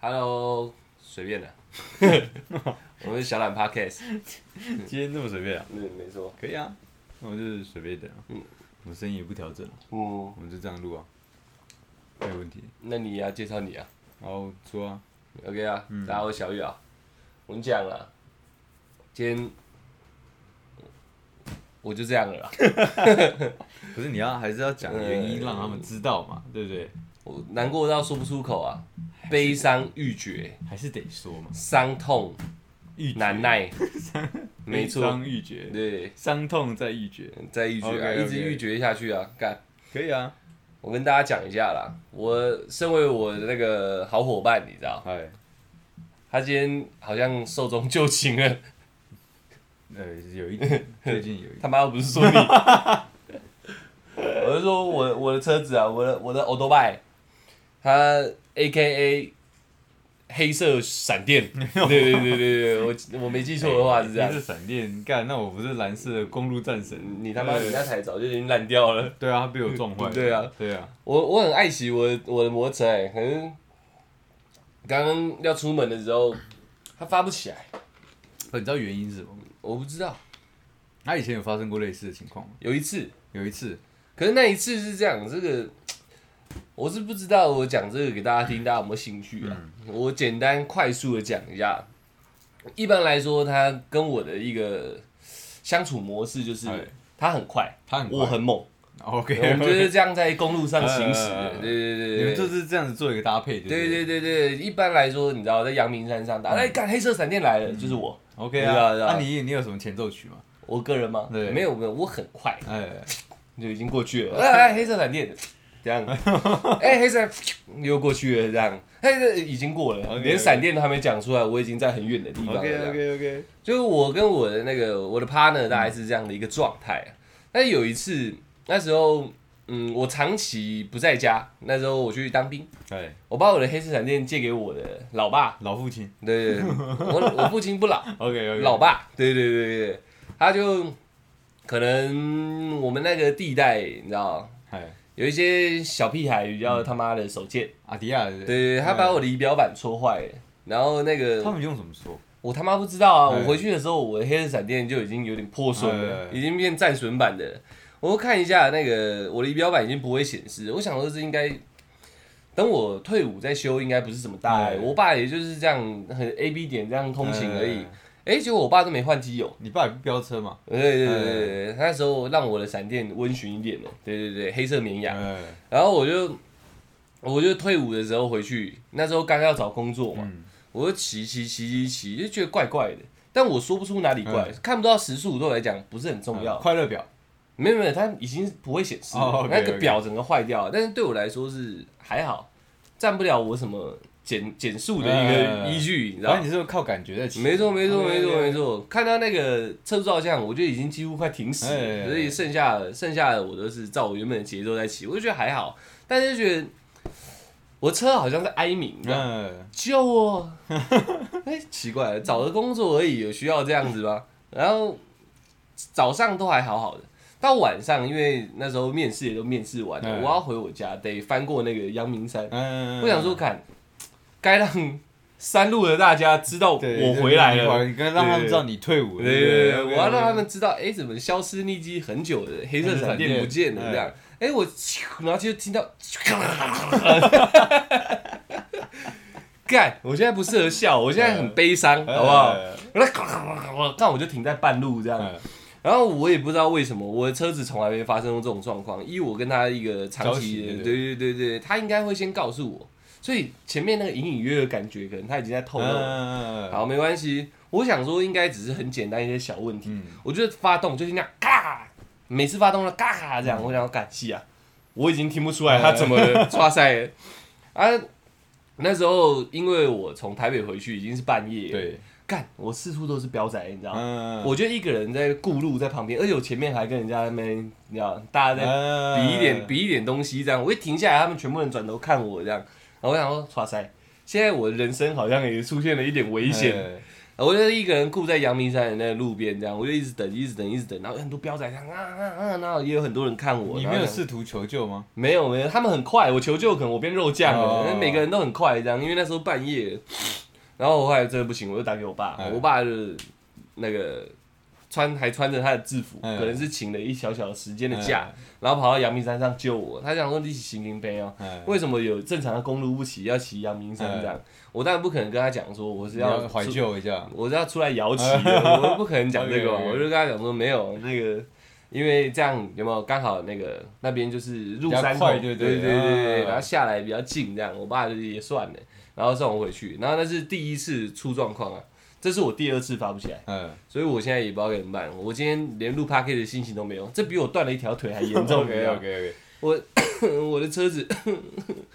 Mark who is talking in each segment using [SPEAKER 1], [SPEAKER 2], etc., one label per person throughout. [SPEAKER 1] Hello，随便 的，我们是小懒 Podcast。
[SPEAKER 2] 今天这么随便啊？
[SPEAKER 1] 嗯，没错。
[SPEAKER 2] 可以啊，那我就是随便一点啊。
[SPEAKER 1] 嗯
[SPEAKER 2] 我们声音也不调整啊，
[SPEAKER 1] 嗯，
[SPEAKER 2] 我们就这样录啊，没有问题。
[SPEAKER 1] 那你要介绍你啊
[SPEAKER 2] 然后说啊，
[SPEAKER 1] ？OK 啊，
[SPEAKER 2] 嗯
[SPEAKER 1] 大家好，我是小玉啊。我跟你讲啊，今天我就这样了啦。
[SPEAKER 2] 可是你要还是要讲原因，
[SPEAKER 1] 呃
[SPEAKER 2] 让他们知道嘛，对不对？
[SPEAKER 1] 我难过到说不出口啊，悲伤欲绝，
[SPEAKER 2] 还是得说嘛，
[SPEAKER 1] 伤痛
[SPEAKER 2] 欲绝
[SPEAKER 1] 难， 耐。没
[SPEAKER 2] 悲
[SPEAKER 1] 错
[SPEAKER 2] 伤，欲绝，
[SPEAKER 1] 对，
[SPEAKER 2] 伤痛在欲绝，
[SPEAKER 1] 在欲绝啊，
[SPEAKER 2] OK，OK
[SPEAKER 1] 一直欲绝下去啊，干。
[SPEAKER 2] 可以啊。
[SPEAKER 1] 我跟大家讲一下啦，我身为我的那个好伙伴，你知道，
[SPEAKER 2] 哎，
[SPEAKER 1] 他今天好像寿终就寝 了。
[SPEAKER 2] 呃，有一点， 最近有一点，
[SPEAKER 1] 他妈又不是说你， 我是说我我的车子啊，我的我的 auto bike，它 A K A 黑色闪 电，对对对对对，我我没记错的话是这样
[SPEAKER 2] 哎你。是闪电干，那我不是蓝色公路战神？
[SPEAKER 1] 你他妈
[SPEAKER 2] 对
[SPEAKER 1] 你那台早就已经烂掉了。
[SPEAKER 2] 对啊，他被我撞坏了。
[SPEAKER 1] 对啊，
[SPEAKER 2] 对啊，
[SPEAKER 1] 我我很爱惜我的我的摩托车、欸，可能刚刚要出门的时候，它发不起来，
[SPEAKER 2] 哦你知道原因是什么吗？
[SPEAKER 1] 我不知道。
[SPEAKER 2] 他以前有发生过类似的情况吗？
[SPEAKER 1] 有一次，
[SPEAKER 2] 有一次，
[SPEAKER 1] 可是那一次是这样，这个我是不知道，我讲这个给大家听，大家有没有兴趣啊？
[SPEAKER 2] 嗯
[SPEAKER 1] 我简单快速的讲一下。一般来说，他跟我的一个相处模式就是
[SPEAKER 2] 哎，
[SPEAKER 1] 他很快，
[SPEAKER 2] 他很快哦
[SPEAKER 1] 我很 猛，
[SPEAKER 2] OK，
[SPEAKER 1] 我们就是这样在公路上行驶
[SPEAKER 2] 哎哎哎
[SPEAKER 1] 的
[SPEAKER 2] 哎。
[SPEAKER 1] 对对对对，
[SPEAKER 2] 你们就是这样子做一个搭配，对不
[SPEAKER 1] 对
[SPEAKER 2] 对
[SPEAKER 1] 对对对，一般来说，你知道，在阳明山上打，哎，干黑色闪电来了，
[SPEAKER 2] 嗯
[SPEAKER 1] 就是我，
[SPEAKER 2] ，OK
[SPEAKER 1] 对啊
[SPEAKER 2] 啊。
[SPEAKER 1] 对啊
[SPEAKER 2] 那你你有什么前奏曲吗？
[SPEAKER 1] 我个人吗？
[SPEAKER 2] 对
[SPEAKER 1] 没有没有，我很快，
[SPEAKER 2] 哎，
[SPEAKER 1] 就已经过去了。哎哎，黑色闪电，这 样，哎，黑色又过去了，这样，哎，这已经过了，
[SPEAKER 2] OK，OK
[SPEAKER 1] 连闪电都还没讲出来，我已经在很远的地方了。这样
[SPEAKER 2] OK，
[SPEAKER 1] 就是我跟我的那个我的 partner 大概是这样的一个状态。但有一次，那时候，嗯，我长期不在家，那时候我去当兵，
[SPEAKER 2] 哎，
[SPEAKER 1] 我把我的黑色闪电借给我的老爸。
[SPEAKER 2] 老父亲
[SPEAKER 1] 对，对对我我父亲不老，
[SPEAKER 2] ，OK OK，
[SPEAKER 1] 老爸， 对对对对对，他就可能我们那个地带，你知道，
[SPEAKER 2] 哎，
[SPEAKER 1] 有一些小屁孩比较他妈的手贱，
[SPEAKER 2] 阿迪亚，
[SPEAKER 1] 对
[SPEAKER 2] 对
[SPEAKER 1] 嗯对对，他把我的仪表板戳坏了。然后那
[SPEAKER 2] 他
[SPEAKER 1] 个
[SPEAKER 2] 们用什么说？
[SPEAKER 1] 我他妈不知道啊！
[SPEAKER 2] 哎
[SPEAKER 1] 我回去的时候，我的黑色闪电就已经有点破损
[SPEAKER 2] 哎哎
[SPEAKER 1] 了
[SPEAKER 2] 哎，
[SPEAKER 1] 已经变战损版的了。我看一下那个我的仪表板已经不会显示，我想说这应该等我退伍再修，应该不是什么大碍。
[SPEAKER 2] 哎
[SPEAKER 1] 我爸也就是这样很 A B 点这样通勤而已
[SPEAKER 2] 哎。。
[SPEAKER 1] 哎，结果我爸都没换机油，
[SPEAKER 2] 你爸也不飙车嘛？
[SPEAKER 1] 对对对对对，那时候让我的闪电温驯一点了，对对对，黑色绵羊。
[SPEAKER 2] 哎，
[SPEAKER 1] 然后我就我就退伍的时候回去，那时候刚要找工作嘛，
[SPEAKER 2] 嗯
[SPEAKER 1] 我就骑骑骑骑骑，就觉得怪怪的，但我说不出哪里怪，
[SPEAKER 2] 嗯
[SPEAKER 1] 看不到时速，对我来讲不是很重要。
[SPEAKER 2] 快乐表，
[SPEAKER 1] 没有没有，它已经不会显示了
[SPEAKER 2] 嗯哦，OK，OK
[SPEAKER 1] 那个表整个坏掉了，但是对我来说是还好，占不了我什么减减速的一个
[SPEAKER 2] 嗯
[SPEAKER 1] 依据，你知道
[SPEAKER 2] 反
[SPEAKER 1] 吗
[SPEAKER 2] 正你？是靠感觉在骑。
[SPEAKER 1] 没错，没错，
[SPEAKER 2] OK，OK
[SPEAKER 1] 没错，没错。看到那个测速照相，我就已经几乎快停死
[SPEAKER 2] 哎哎
[SPEAKER 1] 了，
[SPEAKER 2] 哎
[SPEAKER 1] 所以剩下的剩下的我都是照我原本的节奏在骑，我就觉得还好，但是就觉得我车好像在哀鸣，你知道吗
[SPEAKER 2] 嗯，
[SPEAKER 1] 救我！ 哎，奇怪了，找个工作而已，有需要这样子吗？然后早上都还好好的。到晚上，因为那时候面试也都面试完了，
[SPEAKER 2] 哎
[SPEAKER 1] 我要回我家，得翻过那个阳明山。
[SPEAKER 2] 嗯，
[SPEAKER 1] 我想说，看，该让山路的大家知道我
[SPEAKER 2] 对，对
[SPEAKER 1] 回来了。
[SPEAKER 2] 你跟让他们知道你退伍了。
[SPEAKER 1] 对对对，我要让他
[SPEAKER 2] 们
[SPEAKER 1] 们知道，哎，怎么消失匿迹很久的黑色
[SPEAKER 2] 黑色
[SPEAKER 1] 闪
[SPEAKER 2] 闪
[SPEAKER 1] 电
[SPEAKER 2] 电
[SPEAKER 1] 不见了
[SPEAKER 2] 哎
[SPEAKER 1] 这样？哎，我然后就听到，干！我现在不适合笑，我现在很悲伤，好不好？我但我就停在半路这样，
[SPEAKER 2] 嗯，
[SPEAKER 1] 然后我也不知道为什么我的车子从来没发生过这种状况。依我跟他一个长
[SPEAKER 2] 交
[SPEAKER 1] 期
[SPEAKER 2] 情对
[SPEAKER 1] 的，
[SPEAKER 2] 不
[SPEAKER 1] 对对对对，他应该会先告诉我，所以前面那个隐隐约约的感觉，可能他已经在透露了。
[SPEAKER 2] 嗯，
[SPEAKER 1] 好，没关系，我想说应该只是很简单一些小问题。
[SPEAKER 2] 嗯
[SPEAKER 1] 我就发动就听到嘎，每次发动了嘎嘎这
[SPEAKER 2] 嗯
[SPEAKER 1] 样，我想要感谢啊，我已经听不出来他怎么了抓塞了啊。那时候因为我从台北回去已经是半夜了，
[SPEAKER 2] 对，
[SPEAKER 1] 干我四处都是飙仔，你知道吗？
[SPEAKER 2] 嗯，
[SPEAKER 1] 我就一个人在顾路在旁边，而且我前面还跟人家那边，你知道，大家在
[SPEAKER 2] 比
[SPEAKER 1] 比一点比一点东西这样，我一停下来，他们全部人转头看
[SPEAKER 2] 嗯
[SPEAKER 1] 我这样，然后我想说，哇塞，现在我的人生好像也出现了一点危险，然我就一个人顾在阳明山的那个路边，这样我就一直等，一直等，一直等，然后有很多彪仔这样啊啊啊，然后也有很多人看我。
[SPEAKER 2] 你
[SPEAKER 1] 然
[SPEAKER 2] 没
[SPEAKER 1] 后这样
[SPEAKER 2] 有试图求救吗？
[SPEAKER 1] 没有没有，他们很快，我求救可能我变肉酱了，
[SPEAKER 2] 哦
[SPEAKER 1] 因为每个人都很快这样，因为那时候半夜，然后我后来真的不行，我就打给我爸，
[SPEAKER 2] 哎
[SPEAKER 1] 我爸就是那个穿还穿着他的制服，
[SPEAKER 2] 哎
[SPEAKER 1] 可能是请了一小小时间的假，
[SPEAKER 2] 嗯，
[SPEAKER 1] 然后跑到阳明山上救我，他想说你起行林杯哦。
[SPEAKER 2] 嗯
[SPEAKER 1] 为什么有正常的公路不骑，要骑阳明山这样？我当然不可能跟他讲说我是
[SPEAKER 2] 哎你要
[SPEAKER 1] 要
[SPEAKER 2] 怀
[SPEAKER 1] 出
[SPEAKER 2] 旧一下，
[SPEAKER 1] 我是要出来摇旗的，我不可能讲这个嘛，
[SPEAKER 2] 哎 OK，OK
[SPEAKER 1] 我就跟他讲说没有那个，因为这样有没有刚好那个那边就是入山
[SPEAKER 2] 比较
[SPEAKER 1] 口，
[SPEAKER 2] 快
[SPEAKER 1] 对
[SPEAKER 2] 就
[SPEAKER 1] 对
[SPEAKER 2] 对
[SPEAKER 1] 对对，
[SPEAKER 2] 啊
[SPEAKER 1] 然后下来比较近这样，我爸就也算了，然后送我回去，然后那是第一次出状况啊，这是我第二次发不起来，
[SPEAKER 2] 嗯，
[SPEAKER 1] 所以我现在也不知道该怎么办，我今天连录 p a r k 的心情都没有，这比我断了一条腿还严 重，你知
[SPEAKER 2] OK
[SPEAKER 1] 道吗
[SPEAKER 2] OK OK，
[SPEAKER 1] 呃我的车子，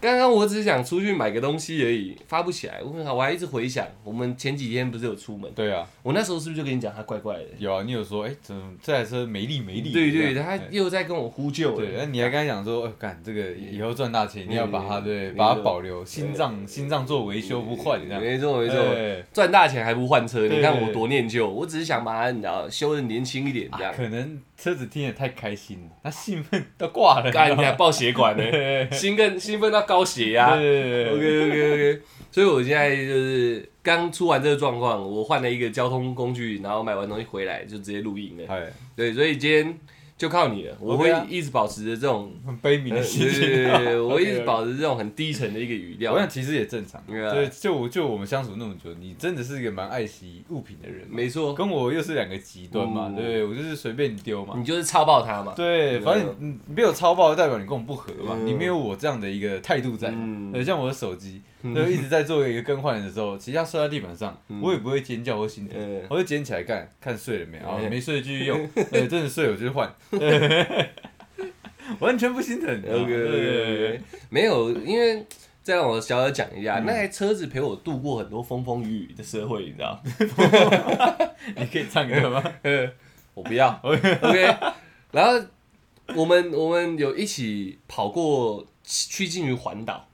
[SPEAKER 1] 刚刚刚我只是想出去买个东西而已，发不起来。我我还一直回想，我们前几天不是有出门，
[SPEAKER 2] 对啊，
[SPEAKER 1] 我那时候是不是就跟你讲他怪怪的？
[SPEAKER 2] 有啊，你有说，哎，怎么这台车没力没力？
[SPEAKER 1] 对对，
[SPEAKER 2] 这样
[SPEAKER 1] 他
[SPEAKER 2] 哎
[SPEAKER 1] 又在跟我呼救
[SPEAKER 2] 对，
[SPEAKER 1] 了。
[SPEAKER 2] 那你还跟他讲说，呃，干这个以后赚大钱，一定要把它
[SPEAKER 1] 对对
[SPEAKER 2] 对，
[SPEAKER 1] 对
[SPEAKER 2] 把它保留，心脏心脏做维修不换，这样，
[SPEAKER 1] 没错没错，
[SPEAKER 2] 哎
[SPEAKER 1] 赚大钱还不换车，
[SPEAKER 2] 对
[SPEAKER 1] 你看我多念旧。我只是想把它你知道修的年轻一点这
[SPEAKER 2] 啊
[SPEAKER 1] 样，
[SPEAKER 2] 可能车子听得太开心了，他兴奋到挂了，
[SPEAKER 1] 干
[SPEAKER 2] 你
[SPEAKER 1] 你
[SPEAKER 2] 知道
[SPEAKER 1] 还
[SPEAKER 2] 吗
[SPEAKER 1] 爆血管呢，
[SPEAKER 2] 对
[SPEAKER 1] 兴奋兴奋到高血压。
[SPEAKER 2] 对
[SPEAKER 1] OK OK OK，所以我现在就是刚出完这个状况，我换了一个交通工具，然后买完东西回来就直接录音了。
[SPEAKER 2] 哎，
[SPEAKER 1] 对，所以今天就靠你了，我
[SPEAKER 2] OK
[SPEAKER 1] 会
[SPEAKER 2] 啊
[SPEAKER 1] 一直保持着这种，
[SPEAKER 2] 很悲悯
[SPEAKER 1] 呃
[SPEAKER 2] 的心
[SPEAKER 1] 对
[SPEAKER 2] 情。
[SPEAKER 1] 对对对， 我一直
[SPEAKER 2] OK，OK
[SPEAKER 1] 保持这种很低沉的一个语调
[SPEAKER 2] 我。想其实也正常，
[SPEAKER 1] 对啊
[SPEAKER 2] 对，就我就我们相处那么久，你真的是一个蛮爱惜物品的人嘛，
[SPEAKER 1] 没错，
[SPEAKER 2] 跟我又是两个极端嘛，
[SPEAKER 1] 嗯
[SPEAKER 2] 对我就是随便丢嘛，
[SPEAKER 1] 你就是超爆他嘛。
[SPEAKER 2] 对，
[SPEAKER 1] 对
[SPEAKER 2] 反正你你没有超爆，代表你跟我不合嘛，
[SPEAKER 1] 嗯
[SPEAKER 2] 你没有我这样的一个态度在
[SPEAKER 1] 嗯
[SPEAKER 2] 嘛，对，像我的手机，就一直在做一个更换的时候，其实它摔在地板上，我也不会尖叫或心疼
[SPEAKER 1] 嗯，
[SPEAKER 2] 我就捡起来看看睡了没，啊
[SPEAKER 1] 嗯，
[SPEAKER 2] 没睡继 续用，对，真的睡我就换， 完全不心疼，
[SPEAKER 1] OK
[SPEAKER 2] 对嗯
[SPEAKER 1] OK，没有，因为再让我小小讲一下，那台车子陪我度过很多风风雨雨的社会，你知道？
[SPEAKER 2] 你可以唱 歌吗？
[SPEAKER 1] 我不要。OK，然后我们我们有一起跑过趋近于环岛，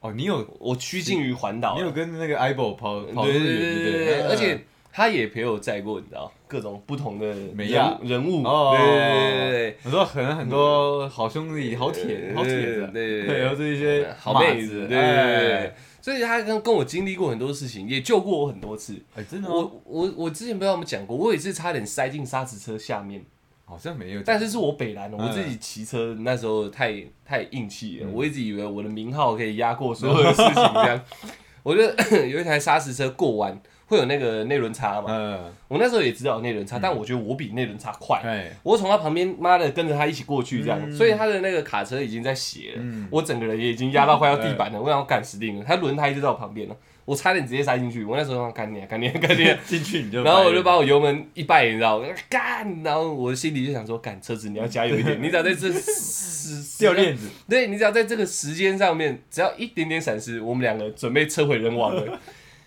[SPEAKER 2] 哦，你有
[SPEAKER 1] 我趋近于环岛
[SPEAKER 2] 你
[SPEAKER 1] 了
[SPEAKER 2] 有。跟那个 i b o 跑跑那么
[SPEAKER 1] 对
[SPEAKER 2] 远，
[SPEAKER 1] 对对
[SPEAKER 2] 对啊
[SPEAKER 1] 对
[SPEAKER 2] 不
[SPEAKER 1] 对，
[SPEAKER 2] 对，
[SPEAKER 1] 而且他也陪我载过，你知道各种不同的
[SPEAKER 2] 美
[SPEAKER 1] 人
[SPEAKER 2] 亚
[SPEAKER 1] 人物，
[SPEAKER 2] 哦
[SPEAKER 1] 对对对对
[SPEAKER 2] 我说可能很多好兄弟、好铁、好铁子啊，
[SPEAKER 1] 嗯对对 对
[SPEAKER 2] 对，或者一
[SPEAKER 1] 对
[SPEAKER 2] 些，
[SPEAKER 1] 好
[SPEAKER 2] 马
[SPEAKER 1] 妹子，对对对对
[SPEAKER 2] 哎，，
[SPEAKER 1] 所以他跟跟我经历过很多事情，也救过我很多次。
[SPEAKER 2] 哎，真的吗？
[SPEAKER 1] 我我我之前不知道有没有讲过，我有一次差点塞进砂石车下面，
[SPEAKER 2] 好像没有，
[SPEAKER 1] 但是是我北兰，我
[SPEAKER 2] 嗯
[SPEAKER 1] 自己骑车那时候太太硬气了，我一直以为我的名号可以压过所有的事情，这样， 我就 有一台砂石车过弯会有那个内轮差嘛，
[SPEAKER 2] 嗯，
[SPEAKER 1] 我那时候也知道有内轮差，但我觉得我比内轮差快，
[SPEAKER 2] 哎，
[SPEAKER 1] 我从他旁边妈的跟着他一起过去这样，
[SPEAKER 2] 嗯
[SPEAKER 1] 所以他的那个卡车已经在斜了，
[SPEAKER 2] 嗯
[SPEAKER 1] 我整个人也已经压到快要地板了，我想我赶死定了，他轮胎就在我旁边了，我差点直接塞进去，我那时候想干你啊干你啊干你啊，
[SPEAKER 2] 进去你就，
[SPEAKER 1] 然后我就把，我油门一拜，你知道吗？干，然后我心里就想说，干车子你要加油一 点，你只要在这时
[SPEAKER 2] 掉，链子，
[SPEAKER 1] 对你只要在这个时间上面，只要一点点闪失，我们两个准备车毁人亡 了。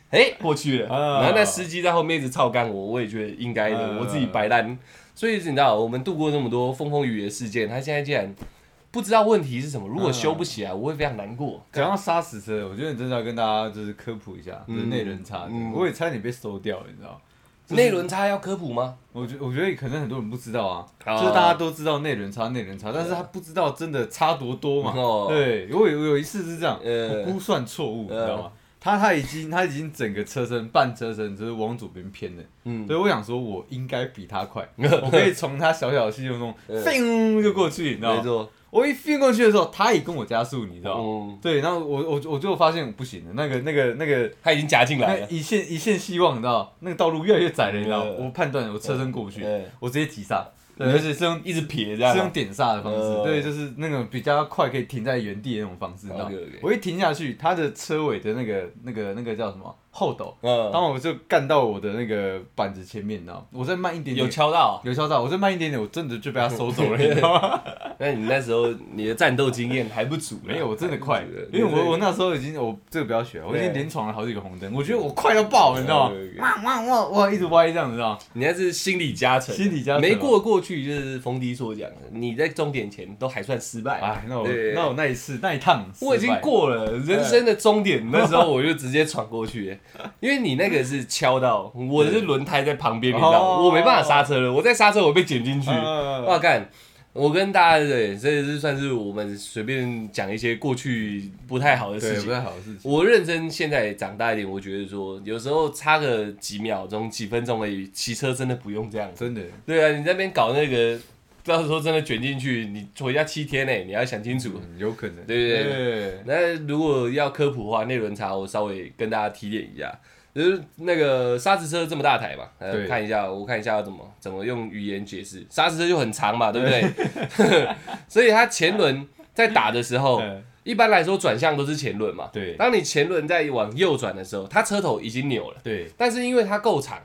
[SPEAKER 1] 哎，过去了，
[SPEAKER 2] 啊
[SPEAKER 1] 然后那司机在后面一直操干我，我也觉得应该的，
[SPEAKER 2] 啊
[SPEAKER 1] 我自己摆烂。所以你知道，我们度过那么多风风雨雨的事件，他现在竟然不知道问题是什么。如果修不起来，我会非常难过。
[SPEAKER 2] 讲到杀死车，我觉得你真的要跟大家就是科普一下，就是
[SPEAKER 1] 嗯
[SPEAKER 2] 内轮差，
[SPEAKER 1] 嗯
[SPEAKER 2] 我也差点被收掉，你知道。就是
[SPEAKER 1] 内轮差要科普吗？
[SPEAKER 2] 我觉我觉得可能很多人不知道啊，
[SPEAKER 1] 啊
[SPEAKER 2] 就是大家都知道内轮差内轮差，但是他不知道真的差多多嘛。
[SPEAKER 1] 哦
[SPEAKER 2] 对，我有我有一次是这样，
[SPEAKER 1] 呃
[SPEAKER 2] 我估算错误，你
[SPEAKER 1] 呃
[SPEAKER 2] 知道吗？他他已经他已经整个车身半车身就是往左边偏了，
[SPEAKER 1] 嗯
[SPEAKER 2] 所以我想说我应该比 他快，我可以从他小小的细缝中飞就过去，你知道
[SPEAKER 1] 呃没
[SPEAKER 2] 吗？
[SPEAKER 1] 错，
[SPEAKER 2] 我一飞过去的时候，他也跟我加速，你知道吗？
[SPEAKER 1] 嗯，
[SPEAKER 2] 对，啊然后我我我就发现不行了，那个那个那个
[SPEAKER 1] 他已经夹进来
[SPEAKER 2] 那
[SPEAKER 1] 了。
[SPEAKER 2] 一线一线希望，你知道，那个道路越来越窄了，你知道，
[SPEAKER 1] 嗯
[SPEAKER 2] 我判断我车身过不去
[SPEAKER 1] 嗯，
[SPEAKER 2] 我直接急刹，
[SPEAKER 1] 嗯
[SPEAKER 2] 对，而且是用
[SPEAKER 1] 一直撇这样
[SPEAKER 2] 是用
[SPEAKER 1] 啊。
[SPEAKER 2] 点刹的方
[SPEAKER 1] 嗯
[SPEAKER 2] 式，对，就是那种比较快可以停在原地的那种方式，你知道
[SPEAKER 1] 哦 OK，OK，
[SPEAKER 2] 我一停下去，它的车尾的那个那个那个叫什么后斗，
[SPEAKER 1] 嗯
[SPEAKER 2] 然，后我就干到我的那个板子前面，你知道，我再慢一点
[SPEAKER 1] 有
[SPEAKER 2] 点，
[SPEAKER 1] 敲到。
[SPEAKER 2] 有敲到，我再慢一点点，我真的就被他 收走了，你知道吗？
[SPEAKER 1] 那你那时候你的战斗经验还 不足啊，
[SPEAKER 2] 没有，我真的快，
[SPEAKER 1] 还不足
[SPEAKER 2] 因为我我那时候已经我这个不要学，我已
[SPEAKER 1] 对
[SPEAKER 2] 经连闯了好几个红灯，我觉得我快到爆了，你知
[SPEAKER 1] 哦
[SPEAKER 2] 道吗？哇哇哇哇，一直歪这样，你知道吗？
[SPEAKER 1] 你那是心理加成，啊
[SPEAKER 2] 心理加成
[SPEAKER 1] 没过过去就是逢低说讲，你在终点前都还算失败。
[SPEAKER 2] 哎，那我
[SPEAKER 1] 对
[SPEAKER 2] 那我那一次那一趟失败，
[SPEAKER 1] 我已经过了人生的终点，那时候我就直接闯过去。因为你那个是敲到，我的是轮胎在旁边，你知道，
[SPEAKER 2] 哦
[SPEAKER 1] 我没办法刹车了，我再刹车我被卷进去，
[SPEAKER 2] 嗯
[SPEAKER 1] 哇干！我跟大家对，这是算是我们随便讲一些过去不太好的
[SPEAKER 2] 对
[SPEAKER 1] 事
[SPEAKER 2] 不
[SPEAKER 1] 情。
[SPEAKER 2] 太好的事情。
[SPEAKER 1] 我认真，现在长大一点，我觉得说，有时候差个几秒钟、几分钟而已，骑车真的不用这样。
[SPEAKER 2] 真的，
[SPEAKER 1] 对啊，你在那边搞那个，到时候真的卷进去，你回家七天呢、欸你要想清楚。
[SPEAKER 2] 嗯，有可能，
[SPEAKER 1] 对对对
[SPEAKER 2] 对，
[SPEAKER 1] 那如果要科普的话，内轮差我稍微跟大家提点一下，就是那个砂石车这么大台嘛，呃，
[SPEAKER 2] 对
[SPEAKER 1] 看一下，我看一下要怎么怎么用语言解释。砂石车就很长嘛，对不对？ 所以它前轮在打的时候，
[SPEAKER 2] 嗯
[SPEAKER 1] 一般来说转向都是前轮嘛。
[SPEAKER 2] 对
[SPEAKER 1] 当你前轮在往右转的时候，它车头已经扭了，
[SPEAKER 2] 对，
[SPEAKER 1] 但是因为它够长，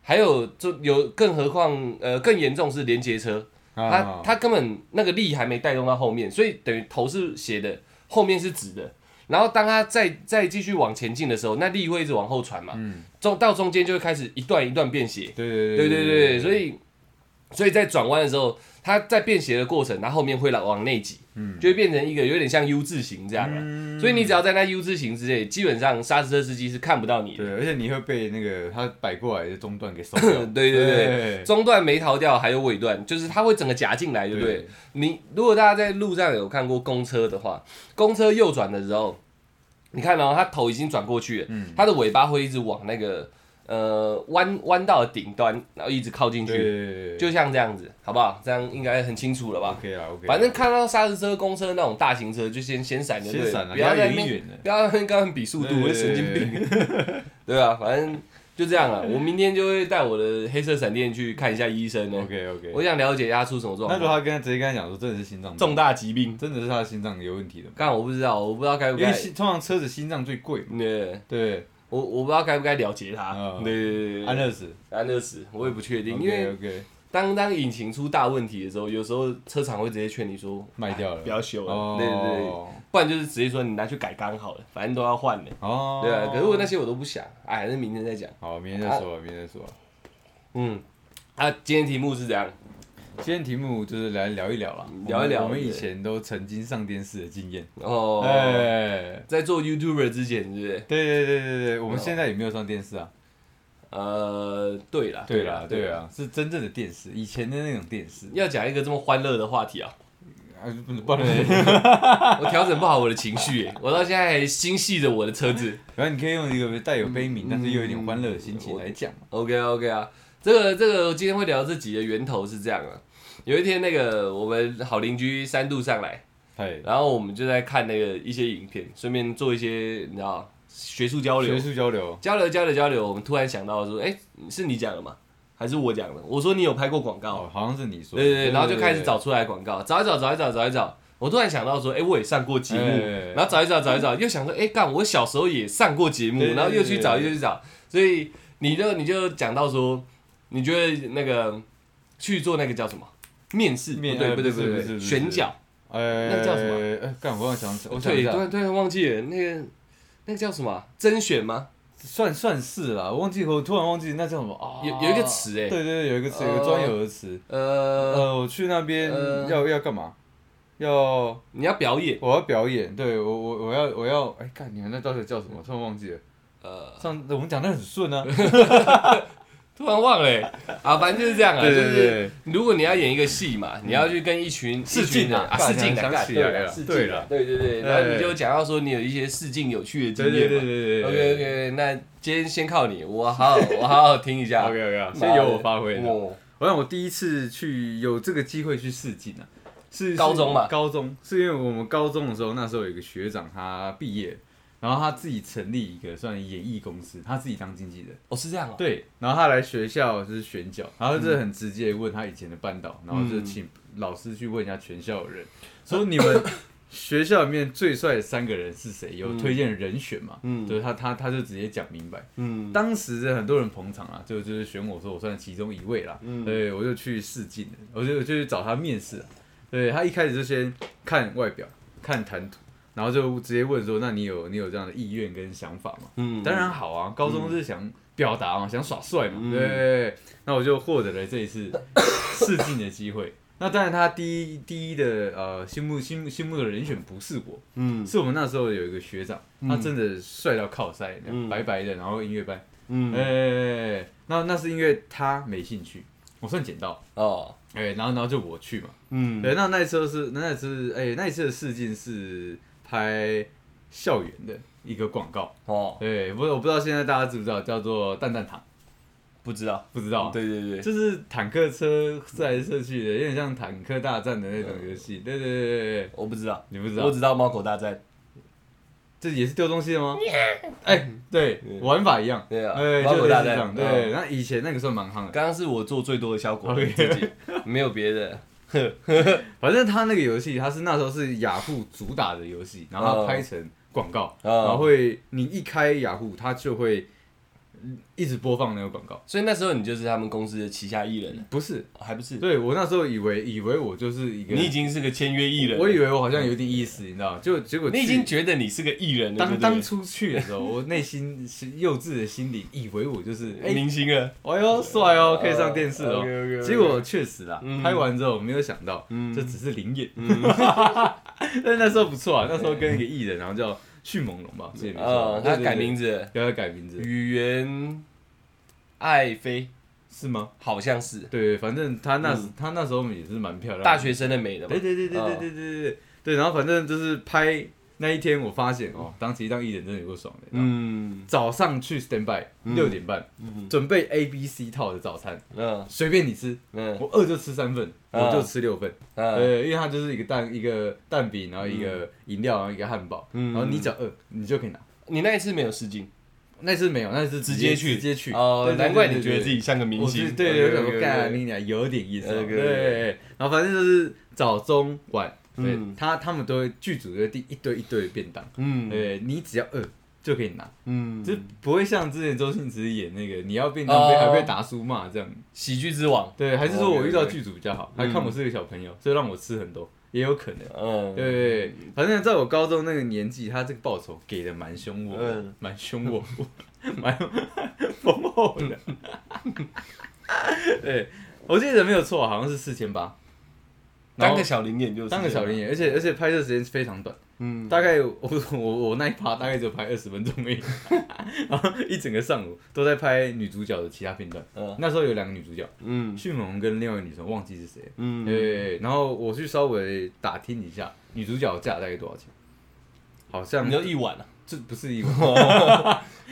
[SPEAKER 1] 还有就有，更何况呃更严重是连接车，它
[SPEAKER 2] 啊
[SPEAKER 1] 它根本那个力还没带动到后面，所以等于头是斜的，后面是直的。然后当它再再继续往前进的时候，那力会一直往后传嘛，
[SPEAKER 2] 嗯
[SPEAKER 1] 中到中间就会开始一段一段变斜。
[SPEAKER 2] 对对
[SPEAKER 1] 对对
[SPEAKER 2] 对
[SPEAKER 1] 对，所以所以在转弯的时候，它在变斜的过程，它后面会来往内挤，
[SPEAKER 2] 嗯
[SPEAKER 1] 就会变成一个有点像 U 字形这样啊。
[SPEAKER 2] 嗯
[SPEAKER 1] 所以你只要在那 U 字形之内，基本上刹车司机是看不到你的。
[SPEAKER 2] 对，而且你会被那个他摆过来的中段给收掉。
[SPEAKER 1] 对对对，中段没逃掉，还有尾段，就是它会整个夹进来，对不对？
[SPEAKER 2] 对
[SPEAKER 1] 你如果大家在路上有看过公车的话，公车右转的时候，你看哦，它头已经转过去了，
[SPEAKER 2] 嗯
[SPEAKER 1] 它的尾巴会一直往那个呃弯弯道的顶端，然后一直靠近
[SPEAKER 2] 对
[SPEAKER 1] 去，
[SPEAKER 2] 对对，
[SPEAKER 1] 就像这样子，好不好？这样应该很清楚了吧？
[SPEAKER 2] OK 啦 OK 啊啦。
[SPEAKER 1] 反正看到砂石车、公车那种大型车，就先先闪就对
[SPEAKER 2] 先闪
[SPEAKER 1] 了，
[SPEAKER 2] 啊
[SPEAKER 1] 不要在那
[SPEAKER 2] 不要远
[SPEAKER 1] 边
[SPEAKER 2] 远的
[SPEAKER 1] 不要在那边跟他们比速度，
[SPEAKER 2] 对
[SPEAKER 1] 会神经病。对啊，反正就这样啊。我明天就会带我的黑色闪电去看一下医生 呢。
[SPEAKER 2] OK OK。
[SPEAKER 1] 我想了解一下他出什么状
[SPEAKER 2] 那如果
[SPEAKER 1] 况，
[SPEAKER 2] 他跟他直接跟他讲说，真的是心脏病
[SPEAKER 1] 重，大疾病。
[SPEAKER 2] 真的是他的心脏有问题的嘛？
[SPEAKER 1] 干我不知道，我不知道该不
[SPEAKER 2] 因为
[SPEAKER 1] 该，
[SPEAKER 2] 心通常车子心脏最贵嘛。
[SPEAKER 1] 对，
[SPEAKER 2] 对，
[SPEAKER 1] 我我不知道该不该了结他
[SPEAKER 2] 嗯。
[SPEAKER 1] 对对对
[SPEAKER 2] 安
[SPEAKER 1] 对，
[SPEAKER 2] 乐死。
[SPEAKER 1] 安乐死，我也不确定，因
[SPEAKER 2] OK
[SPEAKER 1] 为
[SPEAKER 2] OK，
[SPEAKER 1] 当当引擎出大问题的时候，有时候车厂会直接劝你说
[SPEAKER 2] 卖掉了
[SPEAKER 1] 不要修了，
[SPEAKER 2] 哦
[SPEAKER 1] 对对对，不然就是直接说你拿去改缸好了，反正都要换的。
[SPEAKER 2] 哦，
[SPEAKER 1] 对啊，可是我那些我都不想，哎，那明天再讲。
[SPEAKER 2] 好，明天再说吧，明天再说吧。
[SPEAKER 1] 嗯，啊，今天题目是怎样？
[SPEAKER 2] 今天题目就是来聊一聊啦，
[SPEAKER 1] 聊一聊
[SPEAKER 2] 我们我们以
[SPEAKER 1] 对
[SPEAKER 2] 前都曾经上电视的经验。
[SPEAKER 1] 哦，
[SPEAKER 2] 哎，
[SPEAKER 1] 在做 YouTuber 之前，是不是？
[SPEAKER 2] 对对对对对，我们现在也没有上电视啊。
[SPEAKER 1] 呃，对啦，
[SPEAKER 2] 对
[SPEAKER 1] 啦
[SPEAKER 2] 啦，对，啊啦，是真正的电视，以前的那种电视。
[SPEAKER 1] 要讲一个这么欢乐的话题啊，
[SPEAKER 2] 啊，不能不能，
[SPEAKER 1] 我调整不好我的情绪耶，我到现在还心系着我的车子。
[SPEAKER 2] 然后你可以用一个带有悲悯，但是又有点欢乐的心情来讲嘛。
[SPEAKER 1] OK OK 啊，这个这个今天会聊这集的源头是这样啊，有一天那个我们好邻居三度上来，
[SPEAKER 2] 哎，
[SPEAKER 1] 然后我们就在看那个一些影片，顺便做一些你知道学术交流
[SPEAKER 2] 学。术交流，
[SPEAKER 1] 交流交流交流，我们突然想到说，哎、是你讲的吗？还是我讲的？我说你有拍过广告，啊
[SPEAKER 2] 哦，好像是你说的，
[SPEAKER 1] 对对对，然后就开始找出来广告，找一找找一找找一找，我突然想到说，哎、我也上过节目，
[SPEAKER 2] 哎
[SPEAKER 1] 然后找一找找一找，又想说，哎、干，我小时候也上过节目
[SPEAKER 2] 对对，对
[SPEAKER 1] 然后又去找
[SPEAKER 2] 对
[SPEAKER 1] 又
[SPEAKER 2] 对
[SPEAKER 1] 去找，所以你就你就讲到说，你觉得那个去做那个叫什么面试？
[SPEAKER 2] 面
[SPEAKER 1] 不对
[SPEAKER 2] 呃
[SPEAKER 1] 不对
[SPEAKER 2] 不
[SPEAKER 1] 不
[SPEAKER 2] 是
[SPEAKER 1] 对
[SPEAKER 2] 不是，不是
[SPEAKER 1] 选角，
[SPEAKER 2] 哎，
[SPEAKER 1] 那个叫什么
[SPEAKER 2] 哎，干，我忘了想起，我想一
[SPEAKER 1] 对，突
[SPEAKER 2] 下，
[SPEAKER 1] 然突然忘记了那个那个叫什么啊甄选吗？
[SPEAKER 2] 算算是啦，我忘记，我突然忘记那叫什么啊？
[SPEAKER 1] 有有一个词哎
[SPEAKER 2] 对对对，有一个词，
[SPEAKER 1] 呃
[SPEAKER 2] 有一个专有的词。
[SPEAKER 1] 呃，
[SPEAKER 2] 呃，我去那边
[SPEAKER 1] 呃
[SPEAKER 2] 要要干嘛？要
[SPEAKER 1] 你要表演。
[SPEAKER 2] 我要表演，对我我我要我要，哎，干，你们那到底叫什么？突然忘记了。
[SPEAKER 1] 呃，
[SPEAKER 2] 上我们讲的很顺啊，
[SPEAKER 1] 突然忘了、欸、啊，反正就是这样啊，
[SPEAKER 2] 对对
[SPEAKER 1] 就
[SPEAKER 2] 对
[SPEAKER 1] 是如果你要演一个戏嘛，你要去跟一群
[SPEAKER 2] 嗯试
[SPEAKER 1] 一群
[SPEAKER 2] 镜
[SPEAKER 1] 人
[SPEAKER 2] 啊
[SPEAKER 1] 啊，
[SPEAKER 2] 干
[SPEAKER 1] 试镜
[SPEAKER 2] 想
[SPEAKER 1] 啊，干
[SPEAKER 2] 起来
[SPEAKER 1] 对
[SPEAKER 2] 了
[SPEAKER 1] 试
[SPEAKER 2] 对
[SPEAKER 1] 镜啊
[SPEAKER 2] 了，
[SPEAKER 1] 对对对，然后你就讲到说你有一些试镜有趣的经验嘛
[SPEAKER 2] 对
[SPEAKER 1] ，OK OK，那今天先靠你，我好好我好好听一下
[SPEAKER 2] OK OK，
[SPEAKER 1] 妈的
[SPEAKER 2] 先由我发挥。
[SPEAKER 1] 哦
[SPEAKER 2] 我想我第一次去有这个机会去试镜啊，是
[SPEAKER 1] 高中嘛
[SPEAKER 2] 是高中是因为我们高中的时候，那时候有一个学长他毕业，然后他自己成立一个算演艺公司，他自己当经纪人。
[SPEAKER 1] 哦是这样哦，
[SPEAKER 2] 对，然后他来学校就是选角，然后就是
[SPEAKER 1] 嗯
[SPEAKER 2] 很直接问他以前的班导，然后就请老师去问一下全校的人，
[SPEAKER 1] 啊
[SPEAKER 2] 说你们学校里面最帅的三个人是谁？有推荐人选吗？
[SPEAKER 1] 嗯
[SPEAKER 2] 嗯，就是他他他就直接讲明白。
[SPEAKER 1] 嗯，
[SPEAKER 2] 当时很多人捧场啊，就就是选我说我算其中一位啦，
[SPEAKER 1] 嗯
[SPEAKER 2] 对，我就去试镜了，我就我就去找他面试啊、对他一开始就先看外表，看谈吐，然后就直接问说，那你有你有这样的意愿跟想法吗？
[SPEAKER 1] 嗯
[SPEAKER 2] 当然好啊，高中是想表达嘛，想耍帅嘛，
[SPEAKER 1] 嗯
[SPEAKER 2] 对，那我就获得了这一次试镜的机会。那当然，他第一第一的呃心目心目心目的人选不是我，
[SPEAKER 1] 嗯
[SPEAKER 2] 是我们那时候有一个学长，他真的帅到靠塞，
[SPEAKER 1] 嗯
[SPEAKER 2] 白白的，然后音乐班，哎、
[SPEAKER 1] 嗯
[SPEAKER 2] 那那是因为他没兴趣，我算捡到，
[SPEAKER 1] 哦
[SPEAKER 2] 哎、然后然后就我去嘛，
[SPEAKER 1] 嗯
[SPEAKER 2] 对，那那一次是那一次，哎、那一次的试镜是拍校园的一个广告，
[SPEAKER 1] 哦，
[SPEAKER 2] 对，不我不知道现在大家知不知道，叫做蛋蛋糖，
[SPEAKER 1] 不知道，
[SPEAKER 2] 不知
[SPEAKER 1] 嗯
[SPEAKER 2] 道，
[SPEAKER 1] 对对对，
[SPEAKER 2] 就是坦克车射来射去的，有点像坦克大战的那种游戏，对对对对对，
[SPEAKER 1] 我不知道，
[SPEAKER 2] 你不知
[SPEAKER 1] 我
[SPEAKER 2] 道，
[SPEAKER 1] 只知道猫狗大战，
[SPEAKER 2] 这也是丢东西的吗？哎、对，玩法一样，
[SPEAKER 1] 嗯对啊
[SPEAKER 2] 哎，
[SPEAKER 1] 猫
[SPEAKER 2] 就
[SPEAKER 1] 狗
[SPEAKER 2] 类
[SPEAKER 1] 大
[SPEAKER 2] 似这
[SPEAKER 1] 战，嗯
[SPEAKER 2] 样，对，那以前那个时候蛮夯的。
[SPEAKER 1] 刚刚是我做最多的效果
[SPEAKER 2] OK
[SPEAKER 1] 自己，没有别的。
[SPEAKER 2] 反正他那个游戏，他是那时候是雅虎主打的游戏，然
[SPEAKER 1] 嗯
[SPEAKER 2] 后它拍成广告，
[SPEAKER 1] 哦
[SPEAKER 2] 然后会你一开雅虎，它就会嗯一直播放那个广告。
[SPEAKER 1] 所以那时候你就是他们公司的旗下艺人了，
[SPEAKER 2] 不是，
[SPEAKER 1] 还不是？
[SPEAKER 2] 嗯对我那时候以为以为我就是一个，
[SPEAKER 1] 你已经是个签约艺人了，
[SPEAKER 2] 我以为我好像有点意思，你知道吗？就结果
[SPEAKER 1] 你已
[SPEAKER 2] 去
[SPEAKER 1] 经觉得你是个艺人了，对
[SPEAKER 2] 当
[SPEAKER 1] 不
[SPEAKER 2] 当
[SPEAKER 1] 对
[SPEAKER 2] 初去的时候，我内心是幼稚的心理，以为我就是哎、
[SPEAKER 1] 明星了，
[SPEAKER 2] 哎呦帅哦，可以上电视哦。
[SPEAKER 1] OK，OK，OK
[SPEAKER 2] 结果确实啦，
[SPEAKER 1] 嗯
[SPEAKER 2] 拍完之后没有想到，
[SPEAKER 1] 嗯
[SPEAKER 2] 这只是零演，但那时候不错啊，那时候跟一个艺人，然后叫迅猛龙吧，这也没错
[SPEAKER 1] 嗯，。他改名
[SPEAKER 2] 字，
[SPEAKER 1] 字了，
[SPEAKER 2] 要他改名字
[SPEAKER 1] 语言爱妃
[SPEAKER 2] 是吗？
[SPEAKER 1] 好像是
[SPEAKER 2] 对，反正他那时他那时候也是蛮漂亮，
[SPEAKER 1] 大，学生的美的嘛
[SPEAKER 2] 对，对对对对对对对对对，然后反正就是拍那一天，我发现哦，当其实当艺人真的有够爽的，你知道吗
[SPEAKER 1] 嗯
[SPEAKER 2] 早上去 stand by 六点半，
[SPEAKER 1] 嗯
[SPEAKER 2] 准备 A B C 套的早餐，
[SPEAKER 1] 嗯
[SPEAKER 2] 随便你吃，
[SPEAKER 1] 嗯
[SPEAKER 2] 我饿就吃三份，
[SPEAKER 1] 嗯
[SPEAKER 2] 我就吃六份。
[SPEAKER 1] 嗯，
[SPEAKER 2] 对，因为它就是一个蛋一个蛋饼，然后一个饮料，然后一个汉堡，
[SPEAKER 1] 嗯
[SPEAKER 2] 然后你只要饿，你就可以拿。
[SPEAKER 1] 你那一次没有试镜
[SPEAKER 2] 那次没有，那次
[SPEAKER 1] 直接去
[SPEAKER 2] 直接去。
[SPEAKER 1] 哦
[SPEAKER 2] 对，对
[SPEAKER 1] 难怪
[SPEAKER 2] 对
[SPEAKER 1] 你
[SPEAKER 2] 对
[SPEAKER 1] 觉得自己像个
[SPEAKER 2] 对
[SPEAKER 1] 明
[SPEAKER 2] 我
[SPEAKER 1] 星
[SPEAKER 2] 是，对，有
[SPEAKER 1] 有
[SPEAKER 2] 种
[SPEAKER 1] 有
[SPEAKER 2] 干啊
[SPEAKER 1] 有
[SPEAKER 2] 你俩有点意思哦。
[SPEAKER 1] OK，OK
[SPEAKER 2] 对，然后反正就是早中晚，对
[SPEAKER 1] 嗯，
[SPEAKER 2] 他他们都会剧组都会订一堆一堆的便当，
[SPEAKER 1] 嗯
[SPEAKER 2] 对你只要饿就可以拿，
[SPEAKER 1] 嗯，
[SPEAKER 2] 就不会像之前周星驰演那个你要便
[SPEAKER 1] 哦
[SPEAKER 2] 当被还被达叔骂这样。
[SPEAKER 1] 喜剧之王，
[SPEAKER 2] 对，还是说
[SPEAKER 1] OK，OK
[SPEAKER 2] 我遇到剧组比较好，还看我是个小朋友，所以让我吃很多，也有可能。
[SPEAKER 1] 嗯，
[SPEAKER 2] 对，反正在我高中那个年纪，他这个报酬给的蛮凶我的
[SPEAKER 1] 嗯，
[SPEAKER 2] 蛮凶我，蛮 丰厚的。对，我记得没有错，好像是四千八，然
[SPEAKER 1] 当
[SPEAKER 2] 后
[SPEAKER 1] 个小零演就是
[SPEAKER 2] 当个小
[SPEAKER 1] 这
[SPEAKER 2] 零
[SPEAKER 1] 样，
[SPEAKER 2] 演，而且而且拍摄时间非常短，
[SPEAKER 1] 嗯，
[SPEAKER 2] 大概我我我那一趴大概只有拍二十分钟而已，然后一整个上午都在拍女主角的其他片段。
[SPEAKER 1] 嗯
[SPEAKER 2] 那时候有两个女主角，
[SPEAKER 1] 嗯
[SPEAKER 2] 迅猛龙跟另外一个女生，忘记是谁了。
[SPEAKER 1] 嗯，
[SPEAKER 2] 对，然后我去稍微打听一下女主角价大概多少钱，好像
[SPEAKER 1] 你就一晚了，
[SPEAKER 2] 这不是一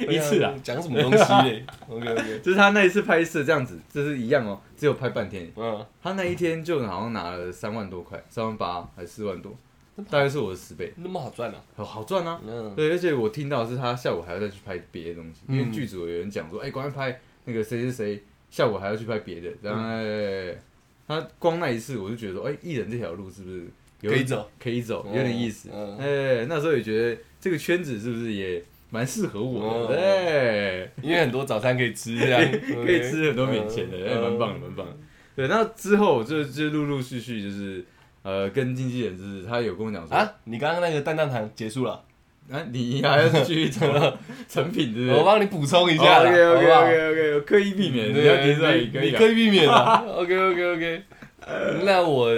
[SPEAKER 2] 一次啊，，
[SPEAKER 1] 讲什么东西嘞？OK OK，
[SPEAKER 2] 就是他那一次拍摄这样子，这是一样哦，只有拍半天，
[SPEAKER 1] 嗯，
[SPEAKER 2] 他那一天就好像拿了三万多块，三万八还是四万多，大概是我的十倍，
[SPEAKER 1] 那么好赚啊，
[SPEAKER 2] 好好赚啊。
[SPEAKER 1] 嗯
[SPEAKER 2] 对，而且我听到的是他下午还要再去拍别的东西，因为
[SPEAKER 1] 嗯
[SPEAKER 2] 剧组有人讲说，哎、赶快拍那个谁谁谁，下午还要去拍别的，
[SPEAKER 1] 嗯
[SPEAKER 2] 然后、哎他光那一次我就觉得说，哎、艺人这条路是不是有
[SPEAKER 1] 可以走，
[SPEAKER 2] 可以走，
[SPEAKER 1] 嗯
[SPEAKER 2] 有点意思。哎、
[SPEAKER 1] 嗯
[SPEAKER 2] 那时候也觉得这个圈子是不是也蛮适合我的？
[SPEAKER 1] 嗯
[SPEAKER 2] 哎、
[SPEAKER 1] 因为很多早餐可以吃，这样
[SPEAKER 2] 可以吃很多免钱的，哎、
[SPEAKER 1] 嗯
[SPEAKER 2] 蛮棒的，蛮棒的。对，那之后我就就陆陆续续就是呃，跟经纪人就是他有跟我讲说，啊，
[SPEAKER 1] 啊！你刚刚那个蛋蛋糖结束了，
[SPEAKER 2] 你还要继续讲 成品，对不对
[SPEAKER 1] 我？帮你补充一下啦
[SPEAKER 2] OK OK
[SPEAKER 1] 好不好
[SPEAKER 2] OK OK，我刻意避免
[SPEAKER 1] 对
[SPEAKER 2] 你要提出来
[SPEAKER 1] 你
[SPEAKER 2] 一个
[SPEAKER 1] 你
[SPEAKER 2] 一
[SPEAKER 1] 可
[SPEAKER 2] 个。
[SPEAKER 1] 以避免了。OK OK OK，那我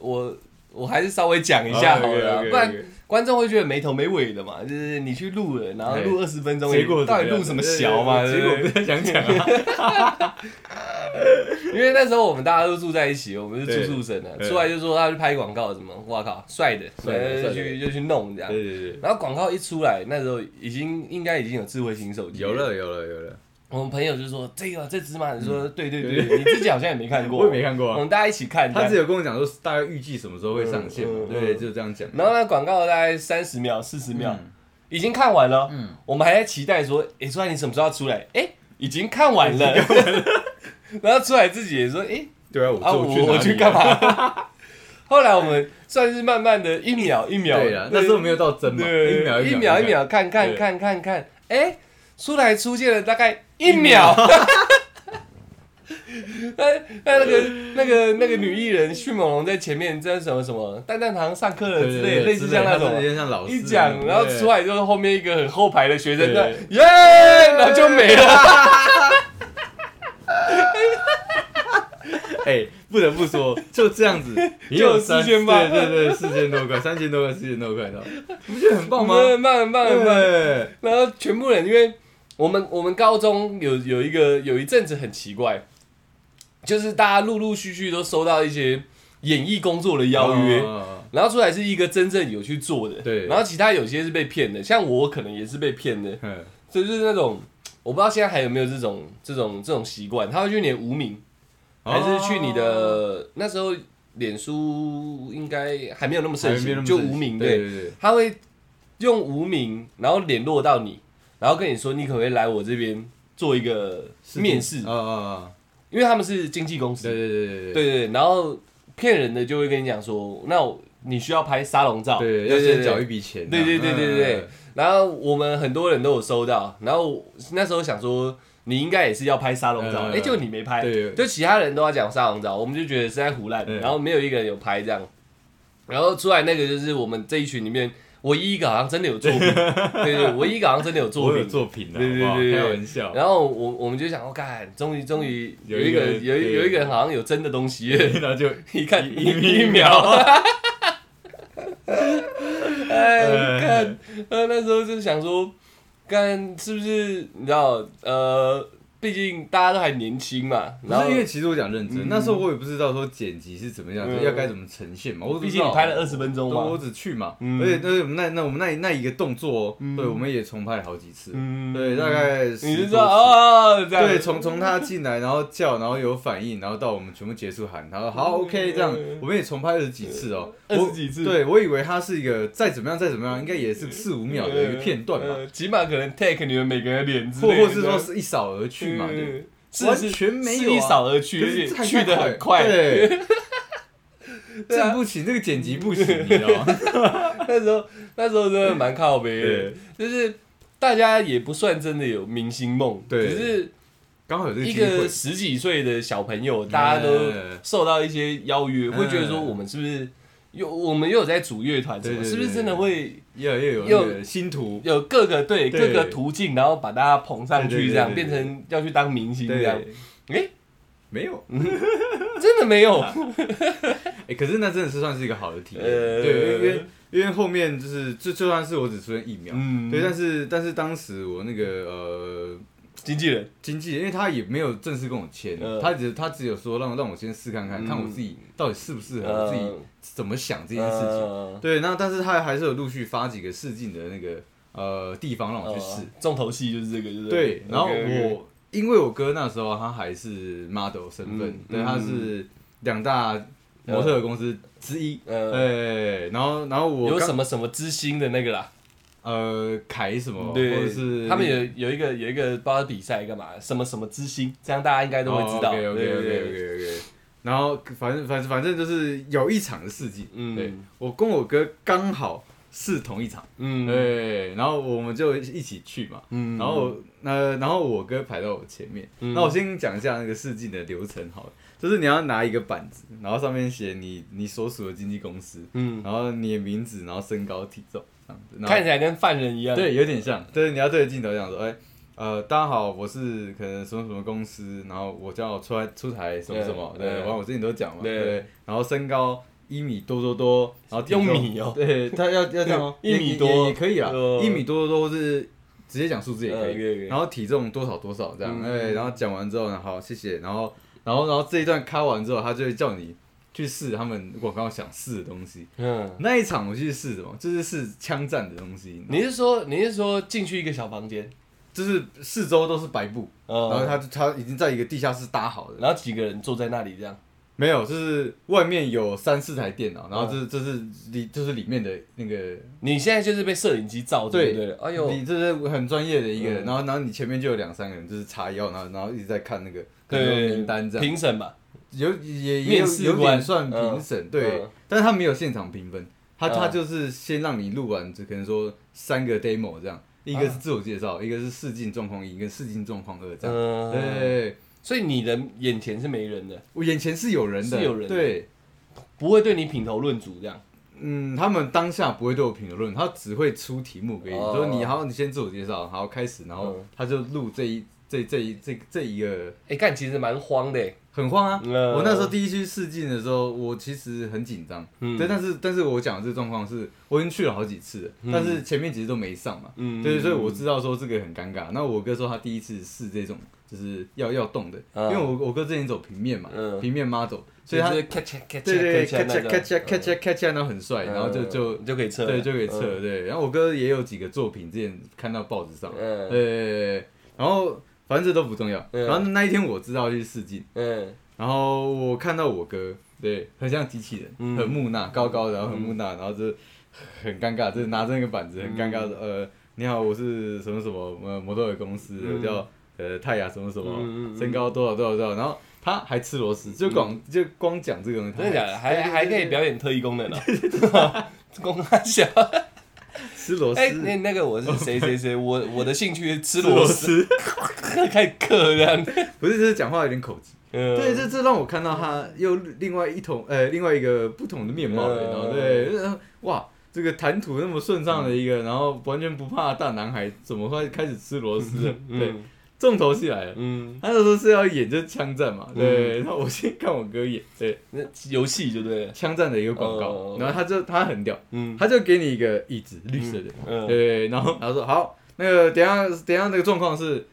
[SPEAKER 1] 我我还是稍微讲一下好了啦，不然观众会觉得没头没尾的嘛，就是你去录了，然后录二十分钟，
[SPEAKER 2] 结果
[SPEAKER 1] 到底
[SPEAKER 2] 怎样
[SPEAKER 1] 录什么小嘛？
[SPEAKER 2] 对
[SPEAKER 1] 对
[SPEAKER 2] 结
[SPEAKER 1] 不
[SPEAKER 2] 果
[SPEAKER 1] 对
[SPEAKER 2] 不太想讲啊。
[SPEAKER 1] 因为那时候我们大家都住在一起，我们是
[SPEAKER 2] 对
[SPEAKER 1] 住宿生的，
[SPEAKER 2] 对
[SPEAKER 1] 出来就说他去拍广告什么，哇靠，帅的，
[SPEAKER 2] 帅的
[SPEAKER 1] 然后就
[SPEAKER 2] 帅的
[SPEAKER 1] 去就去弄这样。
[SPEAKER 2] 对对对，
[SPEAKER 1] 然后广告一出来，那时候已经应该已经有智慧型手机，
[SPEAKER 2] 有。了有了有了，
[SPEAKER 1] 我们朋友就说这个这只嘛，你说对对对，你自己好像也没看过，
[SPEAKER 2] 嗯 我也没看过
[SPEAKER 1] 我
[SPEAKER 2] 啊。
[SPEAKER 1] 们大家一起看，
[SPEAKER 2] 他
[SPEAKER 1] 这
[SPEAKER 2] 只
[SPEAKER 1] 样
[SPEAKER 2] 有跟我讲说大概预计什么时候会上线嘛
[SPEAKER 1] 嗯嗯，
[SPEAKER 2] 对，
[SPEAKER 1] 嗯
[SPEAKER 2] 就这样讲。
[SPEAKER 1] 然后那广告大概三十秒、四十秒
[SPEAKER 2] 嗯，
[SPEAKER 1] 已经看完了，
[SPEAKER 2] 嗯
[SPEAKER 1] 我们还在期待说，诶，出来你什么时候要出来？诶，已经看完了， 然后出来自己也说，诶，
[SPEAKER 2] 对啊，
[SPEAKER 1] 啊，我
[SPEAKER 2] 我我去哪
[SPEAKER 1] 我
[SPEAKER 2] 里
[SPEAKER 1] 去干？嘛？ 后来我们算是慢慢的一秒一秒，
[SPEAKER 2] 对啊，那时候没有到真嘛，
[SPEAKER 1] 对
[SPEAKER 2] 一秒
[SPEAKER 1] 一
[SPEAKER 2] 秒
[SPEAKER 1] 秒一，秒看看
[SPEAKER 2] 对
[SPEAKER 1] 看看看，哎，出来出现了大概一秒。 那那那个那个那个女艺人迅猛龙在前面，这什么什么蛋蛋堂上课了
[SPEAKER 2] 对
[SPEAKER 1] 之
[SPEAKER 2] 对
[SPEAKER 1] 类，
[SPEAKER 2] 对，
[SPEAKER 1] 类似像那
[SPEAKER 2] 之类他是有
[SPEAKER 1] 种
[SPEAKER 2] 点像老师
[SPEAKER 1] 一讲，然后出
[SPEAKER 2] 来
[SPEAKER 1] 来就是后面一个很后排的学生
[SPEAKER 2] 对
[SPEAKER 1] 在耶，然后就没了。
[SPEAKER 2] 哎，不得不说，就这 样子，也
[SPEAKER 1] 就有
[SPEAKER 2] 三
[SPEAKER 1] 4000吧
[SPEAKER 2] 对对对，四千多块，三千多块，四千多块的，你不觉得很棒吗？
[SPEAKER 1] 嗯慢慢慢慢，
[SPEAKER 2] 对，
[SPEAKER 1] 然后全部人，因为我们我们高中有有一个有一阵子很奇怪，就是大家陆陆续续都收到一些演艺工作的邀约。
[SPEAKER 2] 哦
[SPEAKER 1] 然后出来是一个真正有去做的，
[SPEAKER 2] 对
[SPEAKER 1] 然后其他有些是被骗的，像我可能也是被骗的，
[SPEAKER 2] 嗯
[SPEAKER 1] 所以就是那种我不知道现在还有没有这种这种这种习惯，他会去你的无名，还是去你的、
[SPEAKER 2] 哦
[SPEAKER 1] 那时候脸书应该还没有那么
[SPEAKER 2] 还
[SPEAKER 1] 盛
[SPEAKER 2] 没那
[SPEAKER 1] 行，
[SPEAKER 2] 么
[SPEAKER 1] 就
[SPEAKER 2] 盛
[SPEAKER 1] 无
[SPEAKER 2] 行
[SPEAKER 1] 名
[SPEAKER 2] 对
[SPEAKER 1] 对，
[SPEAKER 2] 对对，
[SPEAKER 1] 他会用无名然后联络到你，然后跟你说你可不可以来我这边做一个面试
[SPEAKER 2] 啊，啊啊，
[SPEAKER 1] 因为他们是经纪公司，
[SPEAKER 2] 对对对
[SPEAKER 1] 对
[SPEAKER 2] 对
[SPEAKER 1] 对，对然后骗人的就会跟你讲说，那我你需要拍沙龙照，
[SPEAKER 2] 哦对，要
[SPEAKER 1] 对
[SPEAKER 2] 先
[SPEAKER 1] 对
[SPEAKER 2] 缴一
[SPEAKER 1] 对，
[SPEAKER 2] 笔钱啊，
[SPEAKER 1] 对对对对对对
[SPEAKER 2] 嗯，
[SPEAKER 1] 然后我们很多人都有收到，然后我那时候想说。你应该也是要拍沙龙照，
[SPEAKER 2] 嗯
[SPEAKER 1] 哎、就你没拍，
[SPEAKER 2] 对
[SPEAKER 1] 就其他人都要讲沙龙照，我们就觉得是在胡乱
[SPEAKER 2] 对，
[SPEAKER 1] 然后没有一个人有拍这样，然后出来那个就是我们这一群里面唯一一个好像真的有 作品，对对，唯一一个好像真的有作
[SPEAKER 2] 我
[SPEAKER 1] 品
[SPEAKER 2] 有，作品的，
[SPEAKER 1] 对对
[SPEAKER 2] 好不好
[SPEAKER 1] 对对
[SPEAKER 2] 开
[SPEAKER 1] 对
[SPEAKER 2] 玩笑，
[SPEAKER 1] 然后我我们就想，我、哦、干，终于终于有
[SPEAKER 2] 有一
[SPEAKER 1] 一
[SPEAKER 2] 个
[SPEAKER 1] 个有一
[SPEAKER 2] 对
[SPEAKER 1] 有一个人好像有真的东西了，
[SPEAKER 2] 然后就
[SPEAKER 1] 一看
[SPEAKER 2] 一
[SPEAKER 1] 一
[SPEAKER 2] 一
[SPEAKER 1] 一
[SPEAKER 2] 秒
[SPEAKER 1] 秒，哎，
[SPEAKER 2] 呃
[SPEAKER 1] 看，呃，那时候就想说，看是不是你知道，呃，毕竟大家都还年轻嘛，
[SPEAKER 2] 不
[SPEAKER 1] 然后
[SPEAKER 2] 是因为其实我讲认真，
[SPEAKER 1] 嗯
[SPEAKER 2] 那时候我也不知道说剪辑是怎么样，
[SPEAKER 1] 嗯
[SPEAKER 2] 要该怎么呈现嘛。我
[SPEAKER 1] 毕竟你拍了20分钟嘛
[SPEAKER 2] 嘛，我只去嘛，
[SPEAKER 1] 嗯
[SPEAKER 2] 而且那我们那那我们那那一个动作哦，
[SPEAKER 1] 嗯
[SPEAKER 2] 对，我们也重拍了好几次，
[SPEAKER 1] 嗯
[SPEAKER 2] 对，大概
[SPEAKER 1] 你
[SPEAKER 2] 10
[SPEAKER 1] 是说
[SPEAKER 2] 多次
[SPEAKER 1] 哦，这样
[SPEAKER 2] 对，从从他进来，然后叫，然后有反应，然后到我们全部结束喊，然后好 OK 这样，我们也重拍了几次哦，
[SPEAKER 1] 嗯二十
[SPEAKER 2] 我
[SPEAKER 1] 几次，
[SPEAKER 2] 对我以为他是一个再怎么样再怎么样，应该也是四五秒的一个片段嘛，
[SPEAKER 1] 呃，起码可能 take 你们每个人的脸之
[SPEAKER 2] 或
[SPEAKER 1] 类的，
[SPEAKER 2] 或是说是一扫而去嘛，对。
[SPEAKER 1] 嗯是
[SPEAKER 2] 完
[SPEAKER 1] 是
[SPEAKER 2] 全没有啊
[SPEAKER 1] 是一扫而去，
[SPEAKER 2] 可
[SPEAKER 1] 而
[SPEAKER 2] 是
[SPEAKER 1] 且
[SPEAKER 2] 太
[SPEAKER 1] 去的很快。
[SPEAKER 2] 对，啊
[SPEAKER 1] 对啊
[SPEAKER 2] 这不行，这个剪辑不行，你知道吗？
[SPEAKER 1] 那时候那时候真的蛮靠北的
[SPEAKER 2] 对，
[SPEAKER 1] 就是大家也不算真的有明星梦，
[SPEAKER 2] 对
[SPEAKER 1] 只是
[SPEAKER 2] 刚好有这
[SPEAKER 1] 一
[SPEAKER 2] 机会
[SPEAKER 1] 个十几岁的小朋友，大家都
[SPEAKER 2] 嗯
[SPEAKER 1] 受到一些邀约，会觉得说
[SPEAKER 2] 嗯
[SPEAKER 1] 我们是不是有我们又有在组乐团什么，
[SPEAKER 2] 对对对
[SPEAKER 1] 是不是真的会
[SPEAKER 2] 又又有
[SPEAKER 1] 又
[SPEAKER 2] 那个新图，
[SPEAKER 1] 有各个对各
[SPEAKER 2] 对
[SPEAKER 1] 个途径，然后把大家捧上
[SPEAKER 2] 对对
[SPEAKER 1] 去，
[SPEAKER 2] 对
[SPEAKER 1] 这样
[SPEAKER 2] 对
[SPEAKER 1] 变
[SPEAKER 2] 对
[SPEAKER 1] 成要去当明星这样？
[SPEAKER 2] 对，
[SPEAKER 1] 诶，
[SPEAKER 2] 没有，
[SPEAKER 1] 真的没 有，
[SPEAKER 2] 哎，可是那真的是算是一个好的体验，
[SPEAKER 1] 呃
[SPEAKER 2] 对，因为因为后面就是就就算是我只出现一秒，
[SPEAKER 1] 嗯
[SPEAKER 2] 对，但是但是当时我那个呃。
[SPEAKER 1] 经纪人
[SPEAKER 2] 经纪人，因为他也没有正式跟我签，
[SPEAKER 1] 嗯
[SPEAKER 2] 他只他只有说让让我先试看看，
[SPEAKER 1] 嗯
[SPEAKER 2] 看我自己到底适不适合，我自己
[SPEAKER 1] 嗯
[SPEAKER 2] 怎么想这
[SPEAKER 1] 这
[SPEAKER 2] 件事情。对，那但是他还是有陆续发几个试镜的那个呃地方让我去试。
[SPEAKER 1] 重头戏就是这个，就是
[SPEAKER 2] 对，然后
[SPEAKER 1] 哦 OK，OK
[SPEAKER 2] 我因为我哥那时候他还是 model 身份
[SPEAKER 1] 嗯，
[SPEAKER 2] 对，
[SPEAKER 1] 嗯
[SPEAKER 2] 他是两大模特公司之一。
[SPEAKER 1] 呃
[SPEAKER 2] 对，然后然后我
[SPEAKER 1] 有
[SPEAKER 2] 刚
[SPEAKER 1] 什么什么之星的那个啦，
[SPEAKER 2] 呃凯什么，或
[SPEAKER 1] 对，
[SPEAKER 2] 者是
[SPEAKER 1] 他们有有一个有一个不知道比赛干嘛，什么什么之星，这样大家应该都会知道。
[SPEAKER 2] OK
[SPEAKER 1] 对
[SPEAKER 2] OK
[SPEAKER 1] 对
[SPEAKER 2] OK
[SPEAKER 1] 对
[SPEAKER 2] OK OK。然后反正反正反正就是有一场的试镜，
[SPEAKER 1] 嗯
[SPEAKER 2] 对我跟我哥刚好是同一场，
[SPEAKER 1] 嗯
[SPEAKER 2] 对，然后我们就一起去嘛，
[SPEAKER 1] 嗯
[SPEAKER 2] 然后呃，然后我哥排到我前面，
[SPEAKER 1] 嗯
[SPEAKER 2] 那我先讲一下那个试镜的流程好了，就是你要拿一个板子，然后上面写你你所属的经纪公司，
[SPEAKER 1] 嗯，
[SPEAKER 2] 然后你的名字，然后身高体重这样子，然后呃
[SPEAKER 1] 看起来跟犯人一样。
[SPEAKER 2] 对，有点像，对，你要对着镜头讲说，哎、呃，大家好，我是可能什么什么公司，然后我叫出来出台什么什么，
[SPEAKER 1] 嗯
[SPEAKER 2] 对，
[SPEAKER 1] 嗯
[SPEAKER 2] 完、我自己都讲嘛，
[SPEAKER 1] 对
[SPEAKER 2] 对，然后身高一米多多多，然后体重
[SPEAKER 1] 用米哦
[SPEAKER 2] 对，他要要这样哦
[SPEAKER 1] ，一米
[SPEAKER 2] 也也
[SPEAKER 1] 多
[SPEAKER 2] 也也可以啦，
[SPEAKER 1] 呃
[SPEAKER 2] 一米多多多是直接讲数字也可
[SPEAKER 1] 嗯可以可
[SPEAKER 2] 以，
[SPEAKER 1] 以
[SPEAKER 2] 然后体重多少多少这样，
[SPEAKER 1] 嗯
[SPEAKER 2] 哎、然后讲完之后呢，好，谢谢，然后然后然后这一段开完之后，他就会叫你去试他们广告想试的东西。
[SPEAKER 1] 嗯，
[SPEAKER 2] 那一场我去试什么？就是试枪战的东西，你知道吗
[SPEAKER 1] 你是说你是说进去一个小房间，
[SPEAKER 2] 就是四周都是白布，
[SPEAKER 1] 嗯，
[SPEAKER 2] 然后他就他已经在一个地下室搭好了，
[SPEAKER 1] 然后几个人坐在那里这样，
[SPEAKER 2] 没有，就是外面有三四台电脑，然后这这是里就是里面的那个，
[SPEAKER 1] 你现在就是被摄影机照着，对
[SPEAKER 2] 对
[SPEAKER 1] 不对？哎呦，
[SPEAKER 2] 你这是很专业的一个人，
[SPEAKER 1] 嗯
[SPEAKER 2] 然后然后你前面就有两三个人就是叉腰，然后然后一直在看那个
[SPEAKER 1] 对，
[SPEAKER 2] 名单这样，
[SPEAKER 1] 评审嘛，
[SPEAKER 2] 有也也
[SPEAKER 1] 面
[SPEAKER 2] 有
[SPEAKER 1] 试
[SPEAKER 2] 有
[SPEAKER 1] 官
[SPEAKER 2] 点算
[SPEAKER 1] 嗯
[SPEAKER 2] 评审对
[SPEAKER 1] 嗯，
[SPEAKER 2] 但是他没有现场评分，他他
[SPEAKER 1] 嗯
[SPEAKER 2] 就是先让你录完，只可能说三个 demo 这样，一个
[SPEAKER 1] 嗯
[SPEAKER 2] 是自我介绍，一个是试镜状况一，一个试镜状况二这样，
[SPEAKER 1] 嗯，
[SPEAKER 2] 对。
[SPEAKER 1] 所以你的眼前是没人的，
[SPEAKER 2] 我眼前是有人的，
[SPEAKER 1] 是有人的
[SPEAKER 2] 对，
[SPEAKER 1] 不会对你品头论足这样。
[SPEAKER 2] 嗯，他们当下不会对我评论，他只会出题目给你，
[SPEAKER 1] 哦
[SPEAKER 2] 说你好，你先自我介绍，好开始，然后
[SPEAKER 1] 嗯
[SPEAKER 2] 他就录这一这这一这这一个
[SPEAKER 1] 哎、干其实蛮慌的、欸，
[SPEAKER 2] 很慌啊！
[SPEAKER 1] 嗯
[SPEAKER 2] 我那时候第一去试镜的时候，我其实很紧张，
[SPEAKER 1] 嗯
[SPEAKER 2] 对，但是但是我讲的这状况是，我已经去了好几次了，但是前面其实都没上嘛，
[SPEAKER 1] 嗯
[SPEAKER 2] 对，所以我知道说这个很尴尬。那我哥说他第一次试这种就是要要动的，
[SPEAKER 1] 嗯
[SPEAKER 2] 因为我我哥之前走平面嘛，
[SPEAKER 1] 嗯
[SPEAKER 2] 平面 model，
[SPEAKER 1] 所
[SPEAKER 2] 所以
[SPEAKER 1] 以
[SPEAKER 2] 他
[SPEAKER 1] 就是 catch catch
[SPEAKER 2] 对对
[SPEAKER 1] catch 那种
[SPEAKER 2] catch catch catch 然后很帅，然后就就
[SPEAKER 1] 嗯就可以测了，
[SPEAKER 2] 对，就给撤了。对，然后我哥也有几个作品，之前看到报纸上，对
[SPEAKER 1] 嗯
[SPEAKER 2] 对对，对然后反正这都不重要。
[SPEAKER 1] 嗯
[SPEAKER 2] 然后那一天我知道去试镜，
[SPEAKER 1] 嗯
[SPEAKER 2] 然后我看到我哥，对，很像机器人，
[SPEAKER 1] 嗯
[SPEAKER 2] 很木讷，高高的，然后很木讷，然后就很尴尬，就是拿着那个板
[SPEAKER 1] 嗯
[SPEAKER 2] 子很尴尬的，呃，你好，我是什么什么呃模特儿公司，
[SPEAKER 1] 嗯
[SPEAKER 2] 我叫呃泰雅什么什
[SPEAKER 1] 嗯嗯
[SPEAKER 2] 么，
[SPEAKER 1] 嗯
[SPEAKER 2] 身高多少多少多少，然后。他还吃螺丝，就光就光讲这个东西，
[SPEAKER 1] 真的假的？还还可以表演特异功能呢，哦 功能小。
[SPEAKER 2] 吃螺丝，
[SPEAKER 1] 哎，那那个我是谁谁谁，我我的兴趣是吃
[SPEAKER 2] 吃螺
[SPEAKER 1] 螺丝，
[SPEAKER 2] 丝，
[SPEAKER 1] 开始刻这样。
[SPEAKER 2] 不是，就是讲话有点口吃。
[SPEAKER 1] 嗯
[SPEAKER 2] 对，这这让我看到他又另外一同呃另外一个不同的面貌了，
[SPEAKER 1] 嗯
[SPEAKER 2] 然后对，呃哇，这个谈吐那么顺畅的一个，然后完全不怕的大男孩，怎么会开始吃螺丝了？对，
[SPEAKER 1] 嗯
[SPEAKER 2] 重头戏来了。
[SPEAKER 1] 嗯，
[SPEAKER 2] 他那时候是要演就是枪战嘛，对，然后我先看我哥演，对，
[SPEAKER 1] 那游戏就对了。
[SPEAKER 2] 枪战的一个广
[SPEAKER 1] 哦
[SPEAKER 2] 告，然后他就他很屌，
[SPEAKER 1] 嗯，
[SPEAKER 2] 他就给你一个椅子，绿色的，
[SPEAKER 1] 嗯
[SPEAKER 2] 对，然后他说好，那个等一下等一下那个状况是，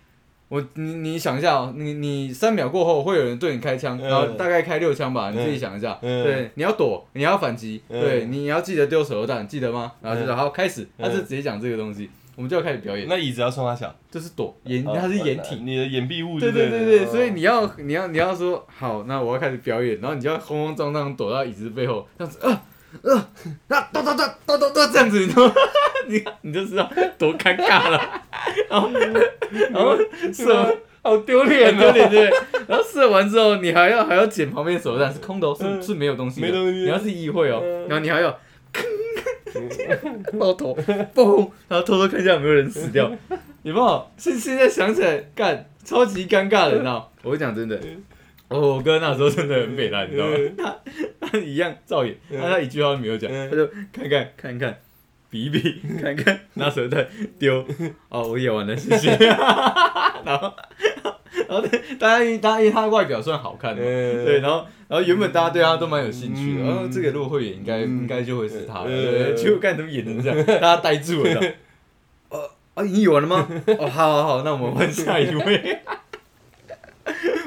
[SPEAKER 2] 我你你想一下哦，你你三秒过后会有人对你开枪，
[SPEAKER 1] 嗯
[SPEAKER 2] 然后大概开六枪吧，
[SPEAKER 1] 嗯
[SPEAKER 2] 你自己想一下，
[SPEAKER 1] 嗯
[SPEAKER 2] 对，你要躲，你要反击，
[SPEAKER 1] 嗯
[SPEAKER 2] 对，你要记得丢手榴弹，记得吗？然后就说好开始，
[SPEAKER 1] 嗯
[SPEAKER 2] 他是直接讲这个东西，我们就要开始表演，
[SPEAKER 1] 那椅子要送他小，
[SPEAKER 2] 就是躲掩，
[SPEAKER 1] 哦
[SPEAKER 2] 他是掩体。
[SPEAKER 1] 你的掩蔽物就
[SPEAKER 2] 对
[SPEAKER 1] 对
[SPEAKER 2] 啊对对
[SPEAKER 1] 了。
[SPEAKER 2] 对，
[SPEAKER 1] 哦
[SPEAKER 2] 所以你要你要你要说好，那我要开始表演，然后你就要慌慌张张躲到椅子背后，这样子啊啊啊哒哒哒哒哒哒这样子，你知道吗？ 你看你就知道多尴尬了。 然后然后
[SPEAKER 1] 哦
[SPEAKER 2] 射
[SPEAKER 1] 好丢
[SPEAKER 2] 很
[SPEAKER 1] 脸
[SPEAKER 2] 丢
[SPEAKER 1] 哦。
[SPEAKER 2] 脸对，然后射完之后，你还要还要捡旁边手榴弹是空的哦，是是没有东西
[SPEAKER 1] 嗯
[SPEAKER 2] 的，
[SPEAKER 1] 没东西
[SPEAKER 2] 你要是意会哦
[SPEAKER 1] 嗯，
[SPEAKER 2] 然后你还要。 爆头，嘣！然后偷偷看一下有没有人死掉，有没有？现现在想起来，干，超级尴尬的，你知道？我跟你讲真的，
[SPEAKER 1] 嗯
[SPEAKER 2] 哦，我哥那时候真的很北烂，你知道吗？他他一样照演，
[SPEAKER 1] 嗯
[SPEAKER 2] 但他一句话都没有讲，
[SPEAKER 1] 嗯
[SPEAKER 2] 他就看看看看，比 一比，看看，拿手榴弹丢，哦，我演完了，谢谢。 然后，然后大家因为大家因为他的外表算好看的嘛，
[SPEAKER 1] 嗯
[SPEAKER 2] 对，然后然后原本大家对他都蛮有兴趣的，
[SPEAKER 1] 嗯
[SPEAKER 2] 然后这个如果会演，应该
[SPEAKER 1] 嗯
[SPEAKER 2] 应该就会是他了，
[SPEAKER 1] 嗯
[SPEAKER 2] 对，结果看怎么演成这样，大家呆住了。 哦，啊，你演完了吗？哦，好好好，那我们换下一 位。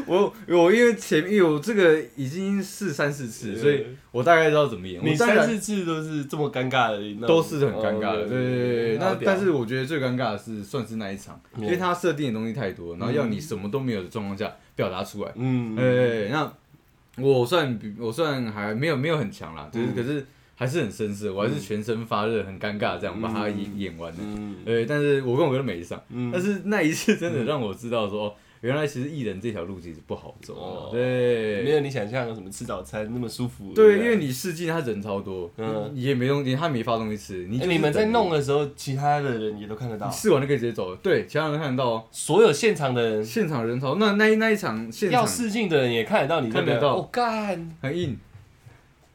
[SPEAKER 2] 我我因为前面有这个已经试三四次，所以我大概知道怎么演。
[SPEAKER 1] 你
[SPEAKER 2] 我当
[SPEAKER 1] 三
[SPEAKER 2] 然
[SPEAKER 1] 四次都是这么尴尬的那种，
[SPEAKER 2] 都是很尴尬的，
[SPEAKER 1] 哦
[SPEAKER 2] 对对对对。
[SPEAKER 1] 好
[SPEAKER 2] 那
[SPEAKER 1] 屌
[SPEAKER 2] 但是我觉得最尴尬的是算是那一场，
[SPEAKER 1] 嗯
[SPEAKER 2] 因为他设定的东西太多，然后要你什么都没有的状况下表达出来。
[SPEAKER 1] 嗯，
[SPEAKER 2] 哎，那我算比我算还没有没有很强啦，就是
[SPEAKER 1] 嗯
[SPEAKER 2] 可是还是很绅士，我还是全身发热，很尴尬这样把它演演完的。
[SPEAKER 1] 嗯
[SPEAKER 2] 对，但是我跟我哥都没上，
[SPEAKER 1] 嗯
[SPEAKER 2] 但是那一次真的让我知道说，哦原来其实艺人这条路其实不好走
[SPEAKER 1] 哦
[SPEAKER 2] 的。对，
[SPEAKER 1] 没有你想象的什么吃早餐那么舒服。
[SPEAKER 2] 对，
[SPEAKER 1] 不
[SPEAKER 2] 因为你试镜他人超多，
[SPEAKER 1] 嗯
[SPEAKER 2] 你也没东西，他没发东西吃，你
[SPEAKER 1] 哎
[SPEAKER 2] 就是
[SPEAKER 1] 你们在
[SPEAKER 2] 等
[SPEAKER 1] 弄的时候，其他的人也都看得到
[SPEAKER 2] 你，试完就可以直接走了。对，其他人看得到哦，
[SPEAKER 1] 所有现场的人，
[SPEAKER 2] 现场人潮，那那一那一场现
[SPEAKER 1] 要
[SPEAKER 2] 场
[SPEAKER 1] 试镜的人也看得到你这
[SPEAKER 2] 看
[SPEAKER 1] 个。
[SPEAKER 2] 得到
[SPEAKER 1] 我干
[SPEAKER 2] 很硬，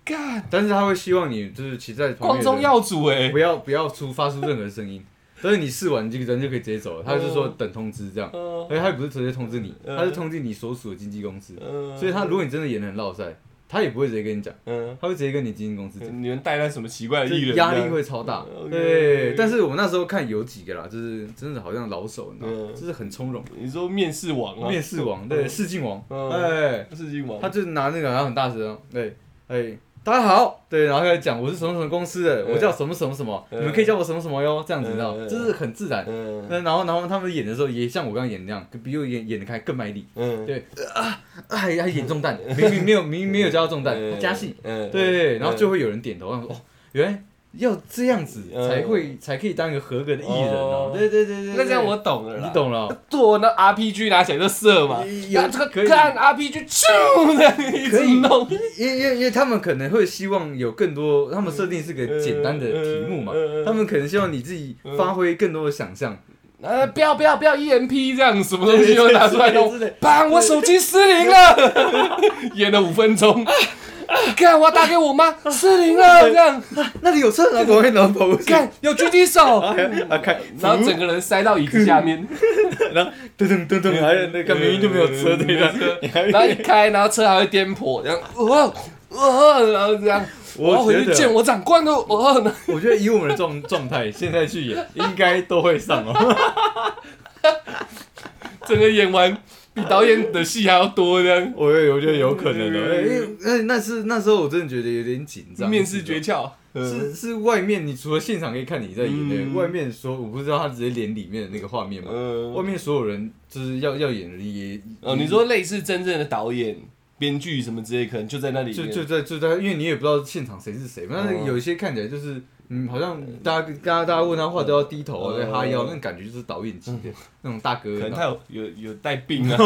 [SPEAKER 1] 干，
[SPEAKER 2] 但是他会希望你就是骑在旁边
[SPEAKER 1] 光
[SPEAKER 2] 的
[SPEAKER 1] 宗耀祖哎
[SPEAKER 2] 不。要不要出发出任何声音，但是你试完这个人就可以直接走了，他是说等通知这样，哎
[SPEAKER 1] 嗯
[SPEAKER 2] 而且他也不是直接通知你，
[SPEAKER 1] 嗯
[SPEAKER 2] 他是通知你所属的经纪公司，
[SPEAKER 1] 嗯
[SPEAKER 2] 所以他如果你真的演得很落赛，他也不会直接跟你讲，
[SPEAKER 1] 嗯，
[SPEAKER 2] 他会直接跟你经纪公司讲。
[SPEAKER 1] 你们带来什么奇怪的嗯
[SPEAKER 2] 就
[SPEAKER 1] 哎艺人？嗯
[SPEAKER 2] 压力会超大，
[SPEAKER 1] OK
[SPEAKER 2] 对。但是我那时候看有几个啦，就是真的好像老手，你知道吗，
[SPEAKER 1] 嗯
[SPEAKER 2] 就是很从容，
[SPEAKER 1] 你说面试王啊，
[SPEAKER 2] 面试王，对，试镜王，
[SPEAKER 1] 嗯
[SPEAKER 2] 哎，
[SPEAKER 1] 试啊镜王，
[SPEAKER 2] 他就拿那个，然后很大声，
[SPEAKER 1] 嗯
[SPEAKER 2] 对，哎，大家好，对，然后开始讲我是什么什么公司的，
[SPEAKER 1] 嗯
[SPEAKER 2] 我叫什么什么什么，
[SPEAKER 1] 嗯
[SPEAKER 2] 你们可以叫我什么什么哟，这样子，
[SPEAKER 1] 嗯
[SPEAKER 2] 你知道
[SPEAKER 1] 嗯，
[SPEAKER 2] 就是很自然。
[SPEAKER 1] 嗯
[SPEAKER 2] 那然后，然后他们演的时候也像我刚刚演那样，比我演演的还更卖力，
[SPEAKER 1] 嗯，
[SPEAKER 2] 对，啊，还还演中弹，明明没有明明没有加到中弹，
[SPEAKER 1] 嗯
[SPEAKER 2] 他加戏，，
[SPEAKER 1] 嗯，
[SPEAKER 2] 对，然后就
[SPEAKER 1] 会
[SPEAKER 2] 会有人点头，然后说哦，原来要这样子
[SPEAKER 1] 嗯
[SPEAKER 2] 才会才可以当一个合格的艺人
[SPEAKER 1] 哦，
[SPEAKER 2] 哦对对对对，
[SPEAKER 1] 那这样
[SPEAKER 2] 对
[SPEAKER 1] 我懂了啦，
[SPEAKER 2] 你懂了 哦，
[SPEAKER 1] 做那 RPG 拿起来就射嘛，
[SPEAKER 2] 有
[SPEAKER 1] 啊那这个
[SPEAKER 2] 可以
[SPEAKER 1] 看 RPG 咻这样一直弄，
[SPEAKER 2] 因因因为他们可能会希望有更多，他们设定是个简单的题目嘛
[SPEAKER 1] 嗯嗯嗯，
[SPEAKER 2] 他们可能希望你自己发挥更多的想象。
[SPEAKER 1] 呃，不要不要不要 EMP 这样，什么东西都拿出来
[SPEAKER 2] 对
[SPEAKER 1] 弄
[SPEAKER 2] 对对对，
[SPEAKER 1] 砰！我手机失灵了，演了五分钟， 看我要打给我妈，失灵了这 样，
[SPEAKER 2] 那里有车，然后往外跑过去，
[SPEAKER 1] 看有狙击手，
[SPEAKER 2] 啊开，
[SPEAKER 1] 然后整个人塞到椅子下面，
[SPEAKER 2] 然后噔噔噔
[SPEAKER 1] 嗯
[SPEAKER 2] 噔，还有那个明明就没有车对吧？你还
[SPEAKER 1] 然后一开，然后车还会颠簸，然后哦哦，然后这样，我要
[SPEAKER 2] 我
[SPEAKER 1] 回
[SPEAKER 2] 觉
[SPEAKER 1] 去见
[SPEAKER 2] 得，
[SPEAKER 1] 我长官哦，哦，然后
[SPEAKER 2] 我觉得以我们的状状态，现在去演应该都会 上哦。
[SPEAKER 1] 整个演完比导演的戏还要多这样，
[SPEAKER 2] 我觉得我觉得有可能
[SPEAKER 1] 嗯
[SPEAKER 2] 的，因为那是那时候我真的觉得有点紧张，
[SPEAKER 1] 面试诀窍
[SPEAKER 2] 是是外面，你除了现场可以看你在演内，
[SPEAKER 1] 嗯
[SPEAKER 2] 外面说我不知道他直接连里面的那个画面嘛，
[SPEAKER 1] 嗯
[SPEAKER 2] 外面所有人就是要要演的也
[SPEAKER 1] 哦，你说类似真正的导演、编剧什么之类，可能就在那里
[SPEAKER 2] 就
[SPEAKER 1] 面。
[SPEAKER 2] 就在就在，因为你也不知道现场谁是谁嘛，但
[SPEAKER 1] 嗯
[SPEAKER 2] 是有一些看起来就是嗯，好像大家大家大家问他话都要低头啊，在
[SPEAKER 1] 嗯
[SPEAKER 2] 哈腰，那种感觉就是导演级的那种大哥，
[SPEAKER 1] 可能
[SPEAKER 2] 你知
[SPEAKER 1] 他
[SPEAKER 2] 道
[SPEAKER 1] 有有有带病 啊，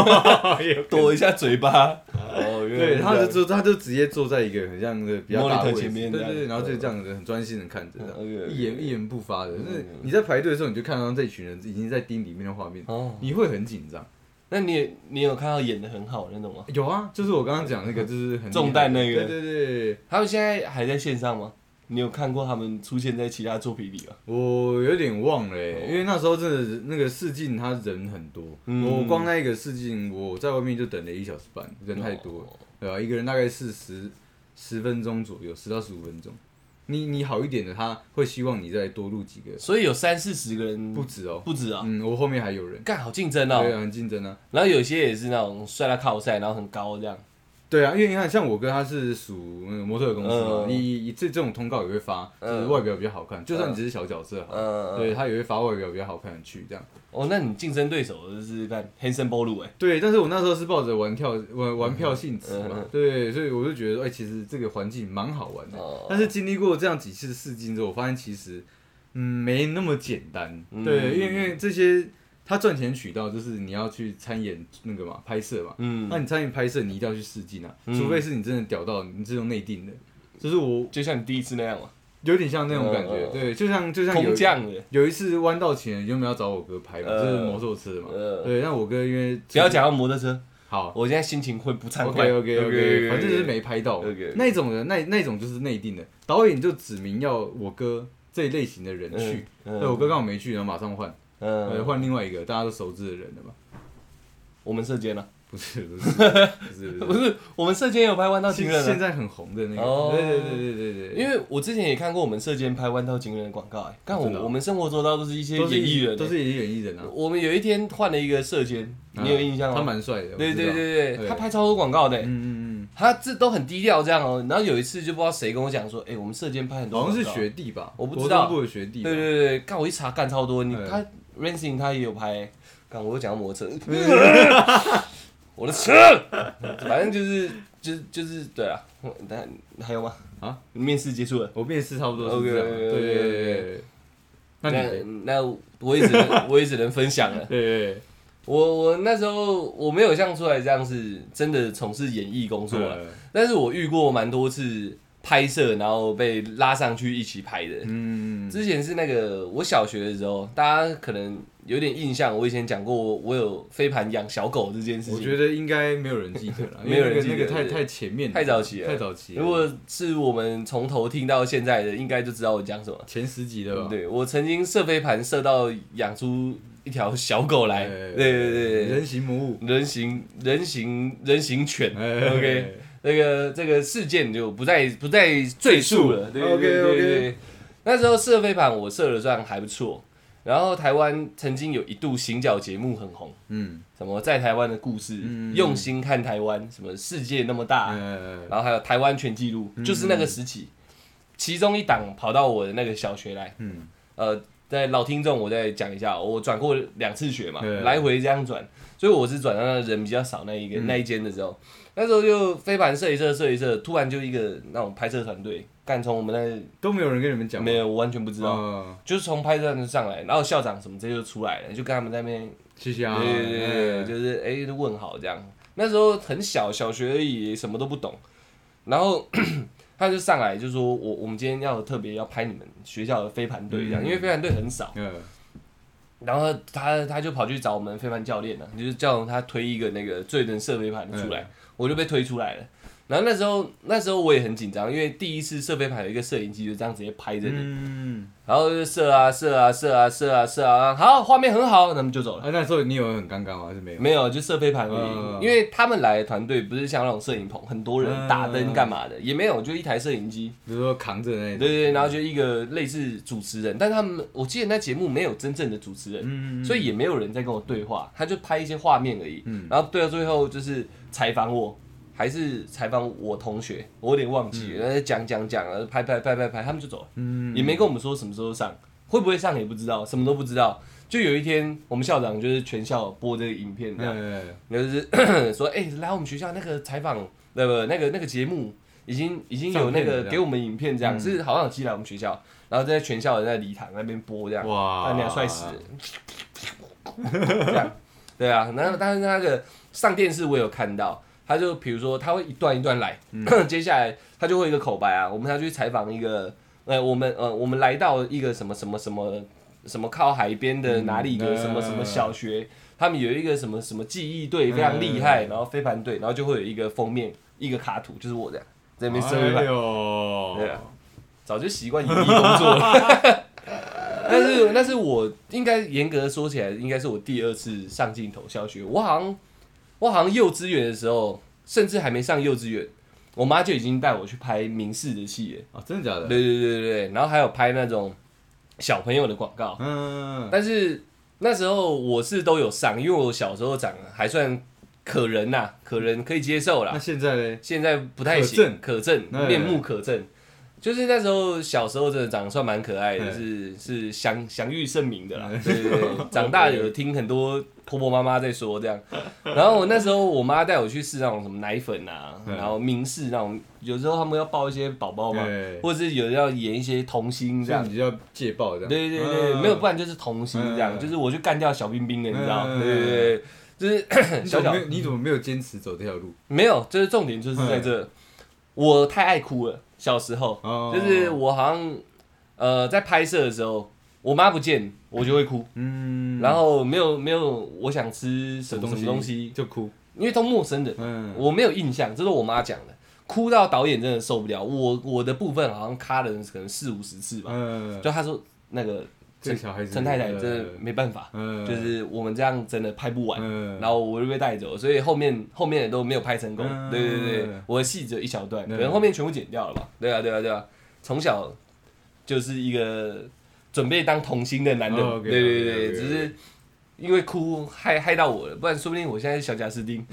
[SPEAKER 2] 吗也有
[SPEAKER 1] 躲一下嘴巴。哦，原来
[SPEAKER 2] 对，
[SPEAKER 1] 是
[SPEAKER 2] 他
[SPEAKER 1] 这
[SPEAKER 2] 就
[SPEAKER 1] 样
[SPEAKER 2] 坐，他就直接坐在一个很像的比较大的
[SPEAKER 1] Monitor
[SPEAKER 2] 位置
[SPEAKER 1] 前面
[SPEAKER 2] 对对
[SPEAKER 1] 这
[SPEAKER 2] 对，
[SPEAKER 1] 样哦
[SPEAKER 2] 然后就这样子很专心的看着这样
[SPEAKER 1] 嗯，OK，OK 嗯
[SPEAKER 2] 一言一言不发的。那你在排队的时候，你就看到这群人已经在盯里面的画面，
[SPEAKER 1] 哦，
[SPEAKER 2] 你会很紧张。
[SPEAKER 1] 那你也你有看到演的很好的那种吗？
[SPEAKER 2] 有啊，就是我刚刚讲那个，就是很
[SPEAKER 1] 中弹那个
[SPEAKER 2] 对对对，
[SPEAKER 1] 他们现在还在线上吗？你有看过他们出现在其他作品里吗？
[SPEAKER 2] 我有点忘了欸、
[SPEAKER 1] 哦
[SPEAKER 2] 因为那时候真的是那个试镜，他人很多，
[SPEAKER 1] 嗯
[SPEAKER 2] 我光那一个试镜，我在外面就等了一小时半，人太多了，
[SPEAKER 1] 哦
[SPEAKER 2] 对吧、一个人大概是十十分钟左右，十到十五分钟。你你好一点的，他会希望你再多录几个，
[SPEAKER 1] 所以有三四十个人
[SPEAKER 2] 不止哦。
[SPEAKER 1] 不止啊，
[SPEAKER 2] 嗯，我后面还有人，
[SPEAKER 1] 干好竞争
[SPEAKER 2] 对
[SPEAKER 1] 哦。
[SPEAKER 2] 啊，很竞争啊。
[SPEAKER 1] 然后有些也是那种帅到靠赛，然后很高这样。
[SPEAKER 2] 对啊，因为你看，像我哥他是属嗯模特儿公司嘛，
[SPEAKER 1] 嗯
[SPEAKER 2] 你你这这种通告也会发，就是
[SPEAKER 1] 嗯
[SPEAKER 2] 外表比较好看，就算你只是小角色好了，
[SPEAKER 1] 嗯，
[SPEAKER 2] 对他也会发外表比较好看的去这样。
[SPEAKER 1] 哦，那你竞争对手就是看 Hanson b o l 哎，
[SPEAKER 2] 对，但是我那时候是抱着玩票玩玩票性质嘛，
[SPEAKER 1] 嗯嗯
[SPEAKER 2] 对，所以我就觉得，哎、其实这个环境蛮好玩的。
[SPEAKER 1] 哦
[SPEAKER 2] 但是经历过这样几次试镜之后，我发现其实，嗯，没那么简单。
[SPEAKER 1] 嗯
[SPEAKER 2] 对，因为因为这些他赚钱渠道就是你要去参演那个嘛，拍摄嘛。
[SPEAKER 1] 嗯
[SPEAKER 2] 那，你参演拍摄，你一定要去试镜啊，
[SPEAKER 1] 嗯
[SPEAKER 2] 除非是你真的屌到你这种内定的，就是我
[SPEAKER 1] 就像你第一次那样嘛，
[SPEAKER 2] 有点像那种
[SPEAKER 1] 嗯
[SPEAKER 2] 感觉，
[SPEAKER 1] 嗯嗯
[SPEAKER 2] 对，就像就像有
[SPEAKER 1] 空降的。
[SPEAKER 2] 有一次弯道前原本要找我哥拍嘛，就是摩托车嘛，
[SPEAKER 1] 呃
[SPEAKER 2] 对，但我哥因为
[SPEAKER 1] 不要讲到摩托车，
[SPEAKER 2] 好。
[SPEAKER 1] 我现在心情会不畅
[SPEAKER 2] OK
[SPEAKER 1] 快。
[SPEAKER 2] OK OK，反正就是没拍到
[SPEAKER 1] OK，OK
[SPEAKER 2] 那种人，那那种就是内定的，导演就指明要我哥这一类型的人去，
[SPEAKER 1] 嗯。
[SPEAKER 2] 对我哥刚好没去，然后马上换，呃，
[SPEAKER 1] 嗯，
[SPEAKER 2] 换另外一个大家都熟知的人了嘛，
[SPEAKER 1] 我们射箭了，
[SPEAKER 2] 不是不是不是
[SPEAKER 1] 不
[SPEAKER 2] 不是，
[SPEAKER 1] 是我们射箭有拍《弯道情
[SPEAKER 2] 现
[SPEAKER 1] 人》
[SPEAKER 2] 现
[SPEAKER 1] 啊，
[SPEAKER 2] 在很红的那
[SPEAKER 1] 哦
[SPEAKER 2] 个，对对对对对对，
[SPEAKER 1] 因为我之前也看过我们射箭拍《弯道情人》的广告，哎，看
[SPEAKER 2] 真的
[SPEAKER 1] 我
[SPEAKER 2] 哦
[SPEAKER 1] 我们生活周遭都是一些
[SPEAKER 2] 都是
[SPEAKER 1] 演艺人，
[SPEAKER 2] 都
[SPEAKER 1] 哎
[SPEAKER 2] 是演艺人啊，
[SPEAKER 1] 我们有一天换了一个射箭，你有印象
[SPEAKER 2] 嗯他
[SPEAKER 1] 吗？
[SPEAKER 2] 蛮帅的，我
[SPEAKER 1] 对
[SPEAKER 2] 知
[SPEAKER 1] 对
[SPEAKER 2] 道，
[SPEAKER 1] 对对，
[SPEAKER 2] 对
[SPEAKER 1] 他拍超多广告的，哎
[SPEAKER 2] 嗯嗯
[SPEAKER 1] 他这都很低调这样哦。然后有一次就不知道谁跟我讲说，哎，我们射箭拍很
[SPEAKER 2] 嗯，
[SPEAKER 1] 多，
[SPEAKER 2] 好像是学，弟吧，
[SPEAKER 1] 我不知道
[SPEAKER 2] 国中部的学弟吧，
[SPEAKER 1] 对对对对，干我一查干超多，你
[SPEAKER 2] 嗯
[SPEAKER 1] 他 Racing 他也有拍，哎干我又讲到摩托 车，我的车，反正就是就是就是对啊，但还有吗？
[SPEAKER 2] 啊，
[SPEAKER 1] 面试结束了。
[SPEAKER 2] 我面试差不多是这样啊，
[SPEAKER 1] OK，OK，OK，
[SPEAKER 2] 对对对对对，那你
[SPEAKER 1] 那
[SPEAKER 2] 嘞
[SPEAKER 1] 那我也只能 我也只能分享了。
[SPEAKER 2] 对对对
[SPEAKER 1] 我我那时候我没有像出来这样是真的从事演艺工作了，
[SPEAKER 2] 呃
[SPEAKER 1] 但是我遇过蛮多次拍摄，然后被拉上去一起拍的。
[SPEAKER 2] 嗯，
[SPEAKER 1] 之前是那个我小学的时候，大家可能有点印象，我以前讲过我有飞盘养小狗这件事
[SPEAKER 2] 我
[SPEAKER 1] 情。
[SPEAKER 2] 觉得应该没有人记得 了，因为
[SPEAKER 1] 没有人记得
[SPEAKER 2] 那个那个太
[SPEAKER 1] 对
[SPEAKER 2] 太前面了，
[SPEAKER 1] 太早期了
[SPEAKER 2] 太早期了。
[SPEAKER 1] 如果是我们从头听到现在的，应该就知道我讲什么。
[SPEAKER 2] 前十集的吧，
[SPEAKER 1] 对我曾经射飞盘射到养出一条小狗来，对对对对，
[SPEAKER 2] 人形魔 物
[SPEAKER 1] 人形人形人形犬
[SPEAKER 2] 哎
[SPEAKER 1] ，OK，那个这个事件就不再不再赘述了。对对
[SPEAKER 2] OK，
[SPEAKER 1] 对
[SPEAKER 2] OK
[SPEAKER 1] 对对那时候射飞盘我射的算还不错，然后台湾曾经有一度行脚节目很红，
[SPEAKER 2] 嗯，
[SPEAKER 1] 什么在台湾的故事，
[SPEAKER 2] 嗯
[SPEAKER 1] 用心看台湾，什么世界那么大，
[SPEAKER 2] 呃，
[SPEAKER 1] 然后还有台湾全纪录，就是那个时期，其中一档跑到我的那个小学来，
[SPEAKER 2] 嗯，
[SPEAKER 1] 呃，在老听众我再讲一下，我转过两次学嘛
[SPEAKER 2] 对，
[SPEAKER 1] 来回这样转，所以我是转到那人比较少那一
[SPEAKER 2] 嗯
[SPEAKER 1] 个、那一间的时候，那时候就飞盘射一射射一射，突然就一个那种拍摄团队，干从我们
[SPEAKER 2] 都没有人跟你们
[SPEAKER 1] 那
[SPEAKER 2] 讲吗，哦
[SPEAKER 1] 没有，我完全不知道，
[SPEAKER 2] 道，
[SPEAKER 1] 就是从拍摄团队上来，然后校长什么这就出来了，就跟他们在那边
[SPEAKER 2] 谢谢啊，
[SPEAKER 1] 对对对对，
[SPEAKER 2] 哎
[SPEAKER 1] 就是哎、就问好这样。那时候很小，小学而已，什么都不懂。然后 他就上来就说：“我我们今天要特别要拍你们学校的飞盘队这样，
[SPEAKER 2] 嗯
[SPEAKER 1] 因为飞盘队很少。
[SPEAKER 2] 呃，”
[SPEAKER 1] 然后他他就跑去找我
[SPEAKER 2] 嗯
[SPEAKER 1] 们飞盘教练了、就是叫他推一个那个最能射飞盘的出来，我就被推出来了。然后那时候那时候我也很紧张，因为第一次射飞盘有一个摄影机就这样直接拍着你，
[SPEAKER 2] 嗯，
[SPEAKER 1] 然后就射啊射啊射啊射啊射啊，好，画面很好，那么就走了。
[SPEAKER 2] 啊，那时候你有很尴尬吗？还是没有？
[SPEAKER 1] 没有，就射飞盘而
[SPEAKER 2] 嗯
[SPEAKER 1] 已。因为他们来的团队不是像那种摄影棚，很多人
[SPEAKER 2] 嗯
[SPEAKER 1] 打灯干嘛的，也没有，就一台摄影机，
[SPEAKER 2] 比如说扛着那
[SPEAKER 1] 对
[SPEAKER 2] 一种，
[SPEAKER 1] 对对，然后就一个类似主持人，但他们我记得那节目没有真正的主持人，
[SPEAKER 2] 嗯，嗯，
[SPEAKER 1] 所以也没有人在跟我对话，他就拍一些画面而已
[SPEAKER 2] 嗯。
[SPEAKER 1] 然后对到最后就是采访我，还是采访我同学，我有点忘记了，然后讲讲讲，然后拍拍拍拍拍，他们就走了。
[SPEAKER 2] 嗯，
[SPEAKER 1] 也没跟我们说什么时候上，会不会上也不知道，什么都不知道。就有一天，我们校长就是全校播这个影片这样，
[SPEAKER 2] 对，
[SPEAKER 1] 就是 说，哎、来我们学校那个采访，那个那个那个节目，已经已经有那
[SPEAKER 2] 上片
[SPEAKER 1] 个
[SPEAKER 2] 了这样嗯
[SPEAKER 1] 给我们影片这样，是好像有寄来我们学校，然后在全校人在礼堂那边播这样，
[SPEAKER 2] 哎哇哎
[SPEAKER 1] 哇，那帅死了，这样， 对啊，然后但是那个上电视我有看到，他就比如说他会一段一段来， 接下来他就会有一个口白啊，我们要去采访一个，呃，我们呃我们来到一个什么什么什么什么靠海边的哪里的
[SPEAKER 2] 嗯
[SPEAKER 1] 什么什么小学，他们有一个什么什么记忆队非常厉害，然后飞盘队，然后就会有一个封面一个卡图，就是我这样在那边射飞盘
[SPEAKER 2] 哎，呦
[SPEAKER 1] 对啊早就习惯隐蔽工作 了。但是，但是我应该严格说起来，应该是我第二次上镜头小学。我好像，我好像幼稚园的时候，甚至还没上幼稚园，我妈就已经带我去拍民视的戏了。
[SPEAKER 2] 哦，真的假
[SPEAKER 1] 对
[SPEAKER 2] 的？
[SPEAKER 1] 对对对对，然后还有拍那种小朋友的广告。
[SPEAKER 2] 嗯，
[SPEAKER 1] 但是那时候我是都有上，因为我小时候长得还算可人呐、可人可以接受啦
[SPEAKER 2] 那。现在嘞？
[SPEAKER 1] 现在不太
[SPEAKER 2] 可正
[SPEAKER 1] 行，可正
[SPEAKER 2] 哎
[SPEAKER 1] 面目可正，就是那时候小时候真的长得算蛮可爱的，
[SPEAKER 2] 哎
[SPEAKER 1] 是是享享誉盛名的啦
[SPEAKER 2] 哎。
[SPEAKER 1] 对对 对，长大有听很多婆婆妈妈在说这样，然后我那时候我妈带我去试那种什么奶粉啊，
[SPEAKER 2] 哎
[SPEAKER 1] 然后明示那种，有时候他们要抱一些宝宝嘛，
[SPEAKER 2] 对
[SPEAKER 1] 或者是有人要演一些童星这
[SPEAKER 2] 这样
[SPEAKER 1] 样。
[SPEAKER 2] 哎你就要戒爆这样。
[SPEAKER 1] 对对对，
[SPEAKER 2] 嗯
[SPEAKER 1] 没有，不然就是童星这样，
[SPEAKER 2] 哎
[SPEAKER 1] 就是我去干掉小冰冰的，你知道？
[SPEAKER 2] 哎
[SPEAKER 1] 对对对，就是
[SPEAKER 2] 你
[SPEAKER 1] 小小
[SPEAKER 2] 怎么没有你怎么没有坚持走这条路？
[SPEAKER 1] 没有，就是重点就是在
[SPEAKER 2] 哎
[SPEAKER 1] 这，我太爱哭了。小时候，
[SPEAKER 2] 哦
[SPEAKER 1] 就是我好像呃在拍摄的时候，我妈不见我就会哭，
[SPEAKER 2] 嗯，
[SPEAKER 1] 然后没有没有我想吃什么什么东西，
[SPEAKER 2] 就哭，
[SPEAKER 1] 因为都陌生人，
[SPEAKER 2] 嗯，
[SPEAKER 1] 我没有印象，这是我妈讲的。哭到导演真的受不了，我我的部分好像卡了可能四五十次吧，
[SPEAKER 2] 嗯，
[SPEAKER 1] 就她说那个
[SPEAKER 2] 这个小孩子，呃
[SPEAKER 1] 陈太太真的没办法，
[SPEAKER 2] 嗯，
[SPEAKER 1] 就是我们这样真的拍不完。
[SPEAKER 2] 嗯，
[SPEAKER 1] 然后我就被带走，所以后面后面也都没有拍成功。
[SPEAKER 2] 嗯
[SPEAKER 1] 对对对，我的戏只有一小段，可
[SPEAKER 2] 嗯
[SPEAKER 1] 能后面全部剪掉了吧。对啊对啊对啊，从小就是一个准备当童星的男人。
[SPEAKER 2] 哦，OK，
[SPEAKER 1] 对对
[SPEAKER 2] OK，OK，
[SPEAKER 1] 对
[SPEAKER 2] OK
[SPEAKER 1] 只是因为哭害害到我了，不然说不定我现在是小贾斯汀、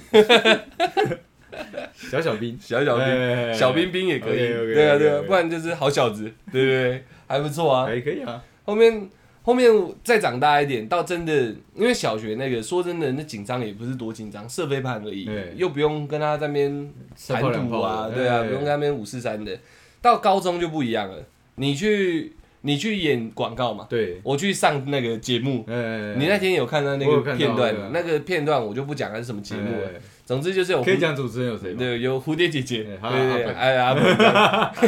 [SPEAKER 2] 小小兵，
[SPEAKER 1] 小 小兵、
[SPEAKER 2] 哎
[SPEAKER 1] 小冰冰也可以。
[SPEAKER 2] OK，OK，OK，
[SPEAKER 1] 对啊对啊
[SPEAKER 2] OK，OK
[SPEAKER 1] 不然就是好小子，对对对，还不错啊。
[SPEAKER 2] 哎，可以啊，
[SPEAKER 1] 后面后面再长大一点，到真的，因为小学那个说真的，那紧张也不是多紧张，射飞盘而已
[SPEAKER 2] 对，
[SPEAKER 1] 又不用跟他在那边
[SPEAKER 2] 三
[SPEAKER 1] 谈
[SPEAKER 2] 炮两
[SPEAKER 1] 赌
[SPEAKER 2] 炮
[SPEAKER 1] 啊，
[SPEAKER 2] 的
[SPEAKER 1] 对啊，
[SPEAKER 2] 哎
[SPEAKER 1] 不用跟他那边五四三的。到高中就不一样了，你去你去演广告嘛，
[SPEAKER 2] 对，
[SPEAKER 1] 我去上那个节目。
[SPEAKER 2] 哎，
[SPEAKER 1] 你那天有看到那
[SPEAKER 2] 我有
[SPEAKER 1] 个
[SPEAKER 2] 看到
[SPEAKER 1] 片段
[SPEAKER 2] 对啊，
[SPEAKER 1] 那个片段我就不讲它是什么节目了。
[SPEAKER 2] 哎
[SPEAKER 1] 总之就是有
[SPEAKER 2] 可以
[SPEAKER 1] 蝴
[SPEAKER 2] 讲主持人有谁吗？
[SPEAKER 1] 对，有蝴蝶姐姐，对
[SPEAKER 2] 对还有
[SPEAKER 1] 对对，
[SPEAKER 2] 阿本
[SPEAKER 1] 哎呀，阿本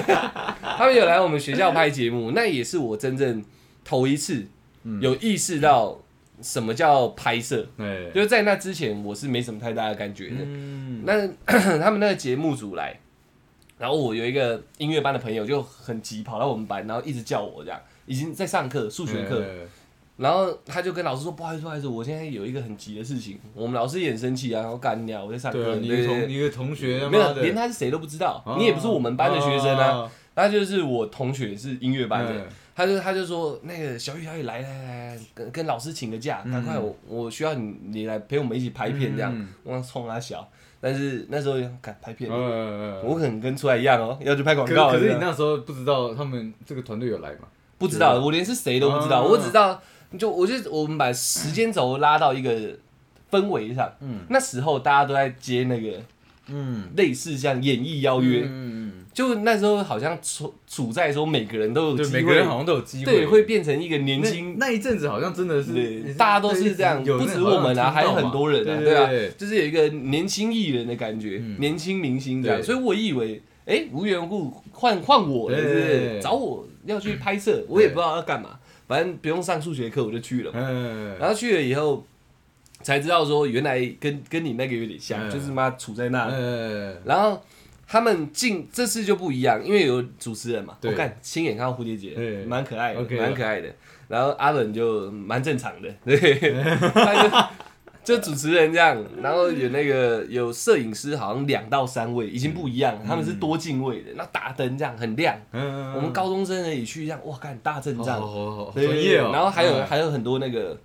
[SPEAKER 1] 这样 他们有来我们学校拍节目，那也是我真正头一次有意识到什么叫拍摄，
[SPEAKER 2] 哎，
[SPEAKER 1] 就是在那之前我是没什么太大的感觉的。
[SPEAKER 2] 嗯，
[SPEAKER 1] 那 他们那个节目组来，然后我有一个音乐班的朋友就很急跑到我们班，然后一直叫我这样，已经在上课数学课，
[SPEAKER 2] 哎
[SPEAKER 1] 然后他就跟老师说不好意思不好意思，我现在有一个很急的事情，我们老师也很生气啊，然后干掉我在上课，
[SPEAKER 2] 对啊，你
[SPEAKER 1] 对对
[SPEAKER 2] 的
[SPEAKER 1] 对
[SPEAKER 2] 同你的同学他
[SPEAKER 1] 没
[SPEAKER 2] 妈
[SPEAKER 1] 有，
[SPEAKER 2] 的，
[SPEAKER 1] 连他是谁都不知道
[SPEAKER 2] 啊，
[SPEAKER 1] 你也不是我们班的学生
[SPEAKER 2] 哦
[SPEAKER 1] 啊。，他就是我同学，是音乐班的。
[SPEAKER 2] 嗯
[SPEAKER 1] 他就他就说，那个小雨小雨来来来，来跟跟老师请个假，赶快我我需要你你来陪我们一起拍片这样
[SPEAKER 2] 嗯。
[SPEAKER 1] 我想冲他小，但是那时候敢拍片，
[SPEAKER 2] 呃，
[SPEAKER 1] 我可能跟出来一样哦，要去拍广
[SPEAKER 2] 可
[SPEAKER 1] 告了。
[SPEAKER 2] 可是
[SPEAKER 1] 这
[SPEAKER 2] 你
[SPEAKER 1] 样
[SPEAKER 2] 那时候不知道他们这个团队有来嘛？
[SPEAKER 1] 不知道，我连是谁都不知道，
[SPEAKER 2] 啊
[SPEAKER 1] 我只知道就我就我们把时间轴拉到一个氛围上。
[SPEAKER 2] 嗯
[SPEAKER 1] 那时候大家都在接那个
[SPEAKER 2] 嗯，
[SPEAKER 1] 类似像演艺邀约，
[SPEAKER 2] 嗯，
[SPEAKER 1] 就那时候好像处处在说每个人都有
[SPEAKER 2] 对，
[SPEAKER 1] 机
[SPEAKER 2] 每个人好
[SPEAKER 1] 会，
[SPEAKER 2] 像都有机会，
[SPEAKER 1] 对，会变成一个年
[SPEAKER 2] 那
[SPEAKER 1] 轻，
[SPEAKER 2] 那一阵子好像真的是
[SPEAKER 1] 对，大家都是这样，
[SPEAKER 2] 有
[SPEAKER 1] 不止我们啊，还有很多人啊，
[SPEAKER 2] 对
[SPEAKER 1] 啊
[SPEAKER 2] 对，
[SPEAKER 1] 就是有一个年轻艺人的感觉，
[SPEAKER 2] 嗯
[SPEAKER 1] 年轻明星这样，
[SPEAKER 2] 对
[SPEAKER 1] 所以我以为，哎，无缘无故换换我了，
[SPEAKER 2] 对
[SPEAKER 1] 是不是？找我要去拍摄，我也
[SPEAKER 2] 对
[SPEAKER 1] 不知道要干嘛，反正不用上数学课我就去了嘛，
[SPEAKER 2] 嗯，
[SPEAKER 1] 然后去了以后。才知道说，原来跟跟你那个有点像，
[SPEAKER 2] 嗯
[SPEAKER 1] 就是妈杵在那里，
[SPEAKER 2] 嗯，
[SPEAKER 1] 然后他们进这次就不一样，因为有主持人嘛，
[SPEAKER 2] 对
[SPEAKER 1] 我看亲眼看到蝴蝶结
[SPEAKER 2] 对，
[SPEAKER 1] 蛮可爱的，
[SPEAKER 2] OK
[SPEAKER 1] 蛮可爱的。然后阿伦就蛮正常的，对， 他就就主持人这样，然后有那个有摄影师，好像两到三位，已经不一样了，他们是多进位的，那大灯这样很亮，
[SPEAKER 2] 嗯，
[SPEAKER 1] 我们高中生而已去这样，哇，看大阵
[SPEAKER 2] 好
[SPEAKER 1] 仗
[SPEAKER 2] 好，好好
[SPEAKER 1] 对
[SPEAKER 2] 专业哦。
[SPEAKER 1] 然后还有、
[SPEAKER 2] 嗯
[SPEAKER 1] 还有很多那个，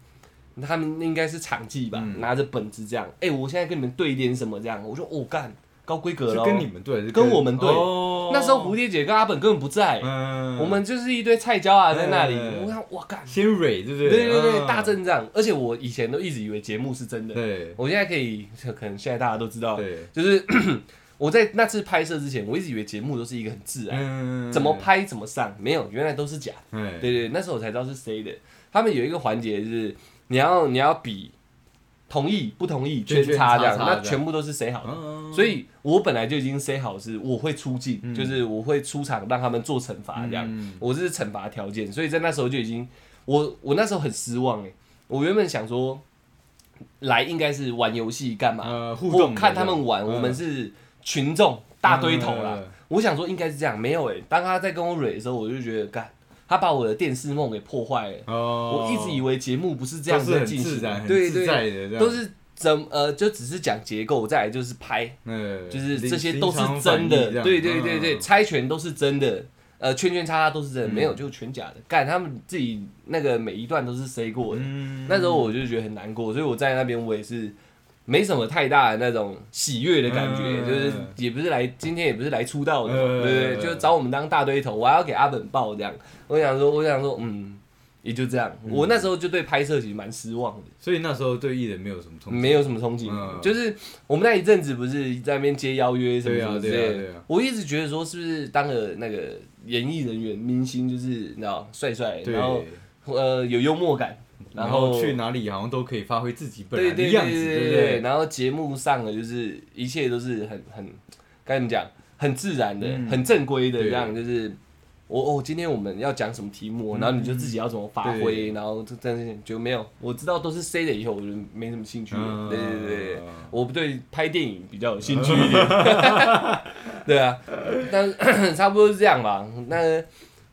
[SPEAKER 1] 他们应该是场记吧，
[SPEAKER 2] 嗯
[SPEAKER 1] 拿着本子这样，哎、我现在跟你们对一点什么这样，我说哦干，高规格
[SPEAKER 2] 是
[SPEAKER 1] 了。
[SPEAKER 2] 跟你们对，
[SPEAKER 1] 跟我们对
[SPEAKER 2] 哦
[SPEAKER 1] 那时候蝴蝶姐跟阿本根本不在，
[SPEAKER 2] 嗯，
[SPEAKER 1] 我们就是一堆菜椒啊在那里，
[SPEAKER 2] 嗯
[SPEAKER 1] 我看哇干，
[SPEAKER 2] 先蕊，对不对？
[SPEAKER 1] 对对对，
[SPEAKER 2] 嗯
[SPEAKER 1] 大阵仗，而且我以前都一直以为节目是真的，
[SPEAKER 2] 对
[SPEAKER 1] 我现在可以，可能现在大家都知道，
[SPEAKER 2] 对，
[SPEAKER 1] 就是 我在那次拍摄之前，我一直以为节目都是一个很自然，
[SPEAKER 2] 嗯，
[SPEAKER 1] 怎么？拍怎么上，没有，原来都是假的
[SPEAKER 2] 哎，
[SPEAKER 1] 对对，那时候我才知道是谁的。他们有一个环节是你要你要比同意不同意
[SPEAKER 2] 圈
[SPEAKER 1] 圈叉这样，
[SPEAKER 2] 圈
[SPEAKER 1] 那
[SPEAKER 2] 叉叉这样
[SPEAKER 1] 全部都是谁好的。
[SPEAKER 2] 嗯，
[SPEAKER 1] 所以我本来就已经 say 好是我会出镜，就是我会出场让他们做惩罚啊这样，
[SPEAKER 2] 嗯
[SPEAKER 1] 我这是惩罚条件。所以在那时候就已经，我我那时候很失望哎、我原本想说来应该是玩游戏干嘛，
[SPEAKER 2] 呃，互
[SPEAKER 1] 啊我
[SPEAKER 2] 动的
[SPEAKER 1] 看他们玩，
[SPEAKER 2] 嗯
[SPEAKER 1] 我们是群众大堆头啦。
[SPEAKER 2] 嗯
[SPEAKER 1] 我想说应该是这样，没有诶、当他在跟我蕊的时候，我就觉得干，他把我的电视梦给破坏了。
[SPEAKER 2] 哦，
[SPEAKER 1] 我一直以
[SPEAKER 2] 为
[SPEAKER 1] 为节目不是这
[SPEAKER 2] 这样
[SPEAKER 1] 样
[SPEAKER 2] 是
[SPEAKER 1] 在
[SPEAKER 2] 很
[SPEAKER 1] 进行
[SPEAKER 2] 自然、
[SPEAKER 1] 的，
[SPEAKER 2] 很
[SPEAKER 1] 对
[SPEAKER 2] 自在
[SPEAKER 1] 对，
[SPEAKER 2] 的这样，
[SPEAKER 1] 都是怎呃，就只是讲结构，再来就是拍，
[SPEAKER 2] 嗯，
[SPEAKER 1] 就是
[SPEAKER 2] 临
[SPEAKER 1] 这些都是真的，对对对
[SPEAKER 2] 嗯
[SPEAKER 1] 对，，猜拳都是真的。呃，圈圈叉叉都是真的，没有就全假的。干，他们自己那个每一段都是 C 过的，
[SPEAKER 2] 临场反应这样嗯，
[SPEAKER 1] 那时候我就觉得很难过，所以我在那边我也是没什么太大的那种喜悦的感觉，
[SPEAKER 2] 嗯
[SPEAKER 1] 就是也不是来今天也不是来出道的嘛，
[SPEAKER 2] 嗯
[SPEAKER 1] 对不对？就找我们当大堆头，我还要给阿本报这样。我想说，我想说，嗯，也就这样。
[SPEAKER 2] 嗯
[SPEAKER 1] 我那时候就对拍摄其实蛮失望的，
[SPEAKER 2] 所以那时候对艺人没有什么冲击，
[SPEAKER 1] 没有什么憧憬。
[SPEAKER 2] 嗯
[SPEAKER 1] 就是我们那一阵子不是在那边接邀约什么
[SPEAKER 2] 对
[SPEAKER 1] 什
[SPEAKER 2] 啊
[SPEAKER 1] 么之
[SPEAKER 2] 对啊
[SPEAKER 1] 类的，
[SPEAKER 2] 对啊
[SPEAKER 1] 我一直觉得说是不是当个那个演艺人员、明星，就是你知道帅帅，
[SPEAKER 2] 对，
[SPEAKER 1] 然后呃有幽默感，
[SPEAKER 2] 然
[SPEAKER 1] 后
[SPEAKER 2] 去哪里好像都可以发挥自己本
[SPEAKER 1] 对
[SPEAKER 2] 来的
[SPEAKER 1] 对
[SPEAKER 2] 样
[SPEAKER 1] 对
[SPEAKER 2] 子，
[SPEAKER 1] 对
[SPEAKER 2] 不
[SPEAKER 1] 对然后节目上的就是一切都是很很该怎么讲，很自然的、
[SPEAKER 2] 嗯
[SPEAKER 1] 很正规的
[SPEAKER 2] 对嗯
[SPEAKER 1] 这样，就是我哦，今天我们要讲什么题目，然后你就自己要怎么发挥，然后这但是就没有，我知道都是 C 了以后，我就没什么兴趣了。
[SPEAKER 2] 嗯
[SPEAKER 1] 对对对对，我对拍电影比较有兴 趣一点。对啊，但差不多是 这样吧。那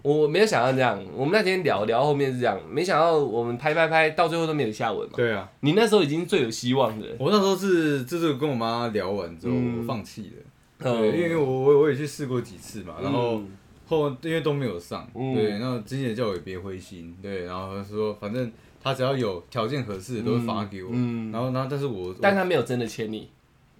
[SPEAKER 1] 我没有想到这样，我们那天聊聊后面是这样，没想到我们拍拍拍到最后都没有下文嘛。
[SPEAKER 2] 对啊，
[SPEAKER 1] 你那时候已经最有希望的了，
[SPEAKER 2] 我那时候是就是跟我妈聊完之后，
[SPEAKER 1] 嗯
[SPEAKER 2] 我放弃了。
[SPEAKER 1] 嗯
[SPEAKER 2] 对，因为我我我也去试过几次嘛，然后
[SPEAKER 1] 嗯
[SPEAKER 2] 后因为都没有上，
[SPEAKER 1] 嗯
[SPEAKER 2] 对，然后金姐叫我也别灰心，对，然后她说反正她只要有条件合适的都会发给我，
[SPEAKER 1] 嗯
[SPEAKER 2] 然后然后但是我，
[SPEAKER 1] 但他没有真的签你，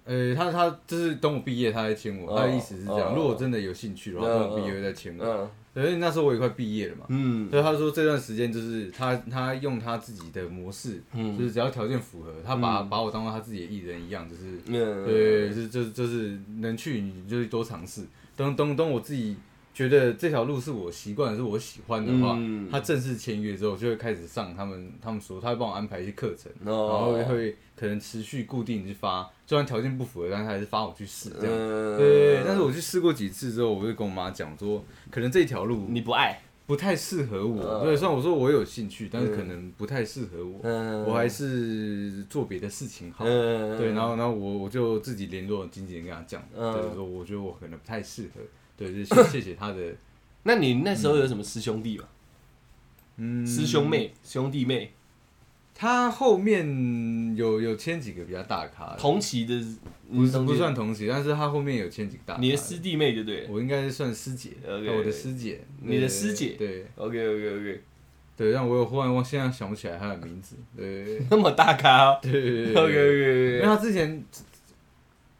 [SPEAKER 2] 我呃，她她就是等我毕业她再签我，
[SPEAKER 1] 哦
[SPEAKER 2] 她的意思是这样，
[SPEAKER 1] 哦
[SPEAKER 2] 如果我真的有兴趣的
[SPEAKER 1] 嗯
[SPEAKER 2] 话，等我毕业再签我，
[SPEAKER 1] 嗯
[SPEAKER 2] 所以那时候我也快毕业了嘛。
[SPEAKER 1] 嗯
[SPEAKER 2] 所以她说这段时间就是她她用她自己的模式，
[SPEAKER 1] 嗯
[SPEAKER 2] 就是只要条件符合，她把、
[SPEAKER 1] 嗯
[SPEAKER 2] 把我当做她自己的艺人一样，就是
[SPEAKER 1] 嗯，
[SPEAKER 2] 对，是就是就是能去你就是多尝试。等等等，我自己觉得这条路是我习惯，是我喜欢的话，
[SPEAKER 1] 嗯
[SPEAKER 2] 他正式签约之后就会开始上他们他们说，他会帮我安排一些课程，
[SPEAKER 1] 哦，然
[SPEAKER 2] 然后会可能持续固定去发，虽然条件不符合，但是还是发我去试这样。
[SPEAKER 1] 嗯
[SPEAKER 2] 对，但是我去试过几次之后，我就跟我妈讲说，可能这条路
[SPEAKER 1] 你不爱，
[SPEAKER 2] 不太适合我。
[SPEAKER 1] 嗯
[SPEAKER 2] 对，虽然我说我有兴趣，但是可能不太适合我，
[SPEAKER 1] 嗯，
[SPEAKER 2] 我还是做别的事情好。
[SPEAKER 1] 嗯
[SPEAKER 2] 对，然后然后我我就自己联络经纪人跟他讲，
[SPEAKER 1] 嗯
[SPEAKER 2] 对，说我觉得我可能不太适合，对，就是 谢谢他的
[SPEAKER 1] 那你那时候有什么师兄弟吗？
[SPEAKER 2] 嗯
[SPEAKER 1] 师兄。妹、兄弟妹，
[SPEAKER 2] 他后面有有签几个比较大咖的，
[SPEAKER 1] 同期的，
[SPEAKER 2] 嗯不
[SPEAKER 1] 你
[SPEAKER 2] 是
[SPEAKER 1] 同期
[SPEAKER 2] 不算同期，但是他后面有签几个大咖。
[SPEAKER 1] 你的师，弟妹就对了。
[SPEAKER 2] 我应该是算师姐，
[SPEAKER 1] OK，
[SPEAKER 2] 对我的师姐，
[SPEAKER 1] 你的
[SPEAKER 2] 对
[SPEAKER 1] 师姐
[SPEAKER 2] 对
[SPEAKER 1] OK OK OK，
[SPEAKER 2] 对，但我有忽然忘，现在想不起来他的名字， 对
[SPEAKER 1] 那么大咖哦
[SPEAKER 2] 对对 对
[SPEAKER 1] ，OK
[SPEAKER 2] 对
[SPEAKER 1] OK
[SPEAKER 2] 因为
[SPEAKER 1] OK，
[SPEAKER 2] 他之前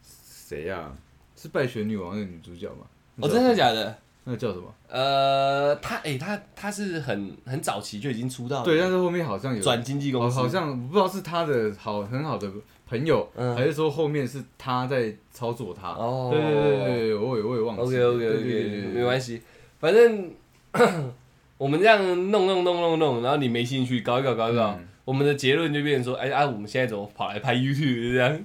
[SPEAKER 2] 谁呀？是拜雪女王的女主角吗？
[SPEAKER 1] 哦，真的假的？
[SPEAKER 2] 那叫什么？
[SPEAKER 1] 呃，他哎，他他是很很早期就已经出道了，
[SPEAKER 2] 对，但是后面好像有
[SPEAKER 1] 转经纪
[SPEAKER 2] 哦，
[SPEAKER 1] 公司，
[SPEAKER 2] 好像不知道是他的好很好的朋友，
[SPEAKER 1] 嗯
[SPEAKER 2] 还是说后面是他在操作他？
[SPEAKER 1] 哦
[SPEAKER 2] 对对对对对，我也我也忘记。
[SPEAKER 1] OK OK
[SPEAKER 2] 对对对
[SPEAKER 1] OK，
[SPEAKER 2] 对
[SPEAKER 1] 没关系，反正我们这样弄弄弄弄弄，然后你没兴趣，搞一搞搞一搞，
[SPEAKER 2] 嗯
[SPEAKER 1] 我们的结论就变成说，哎啊，我们现在怎么跑来拍 YouTube 这样？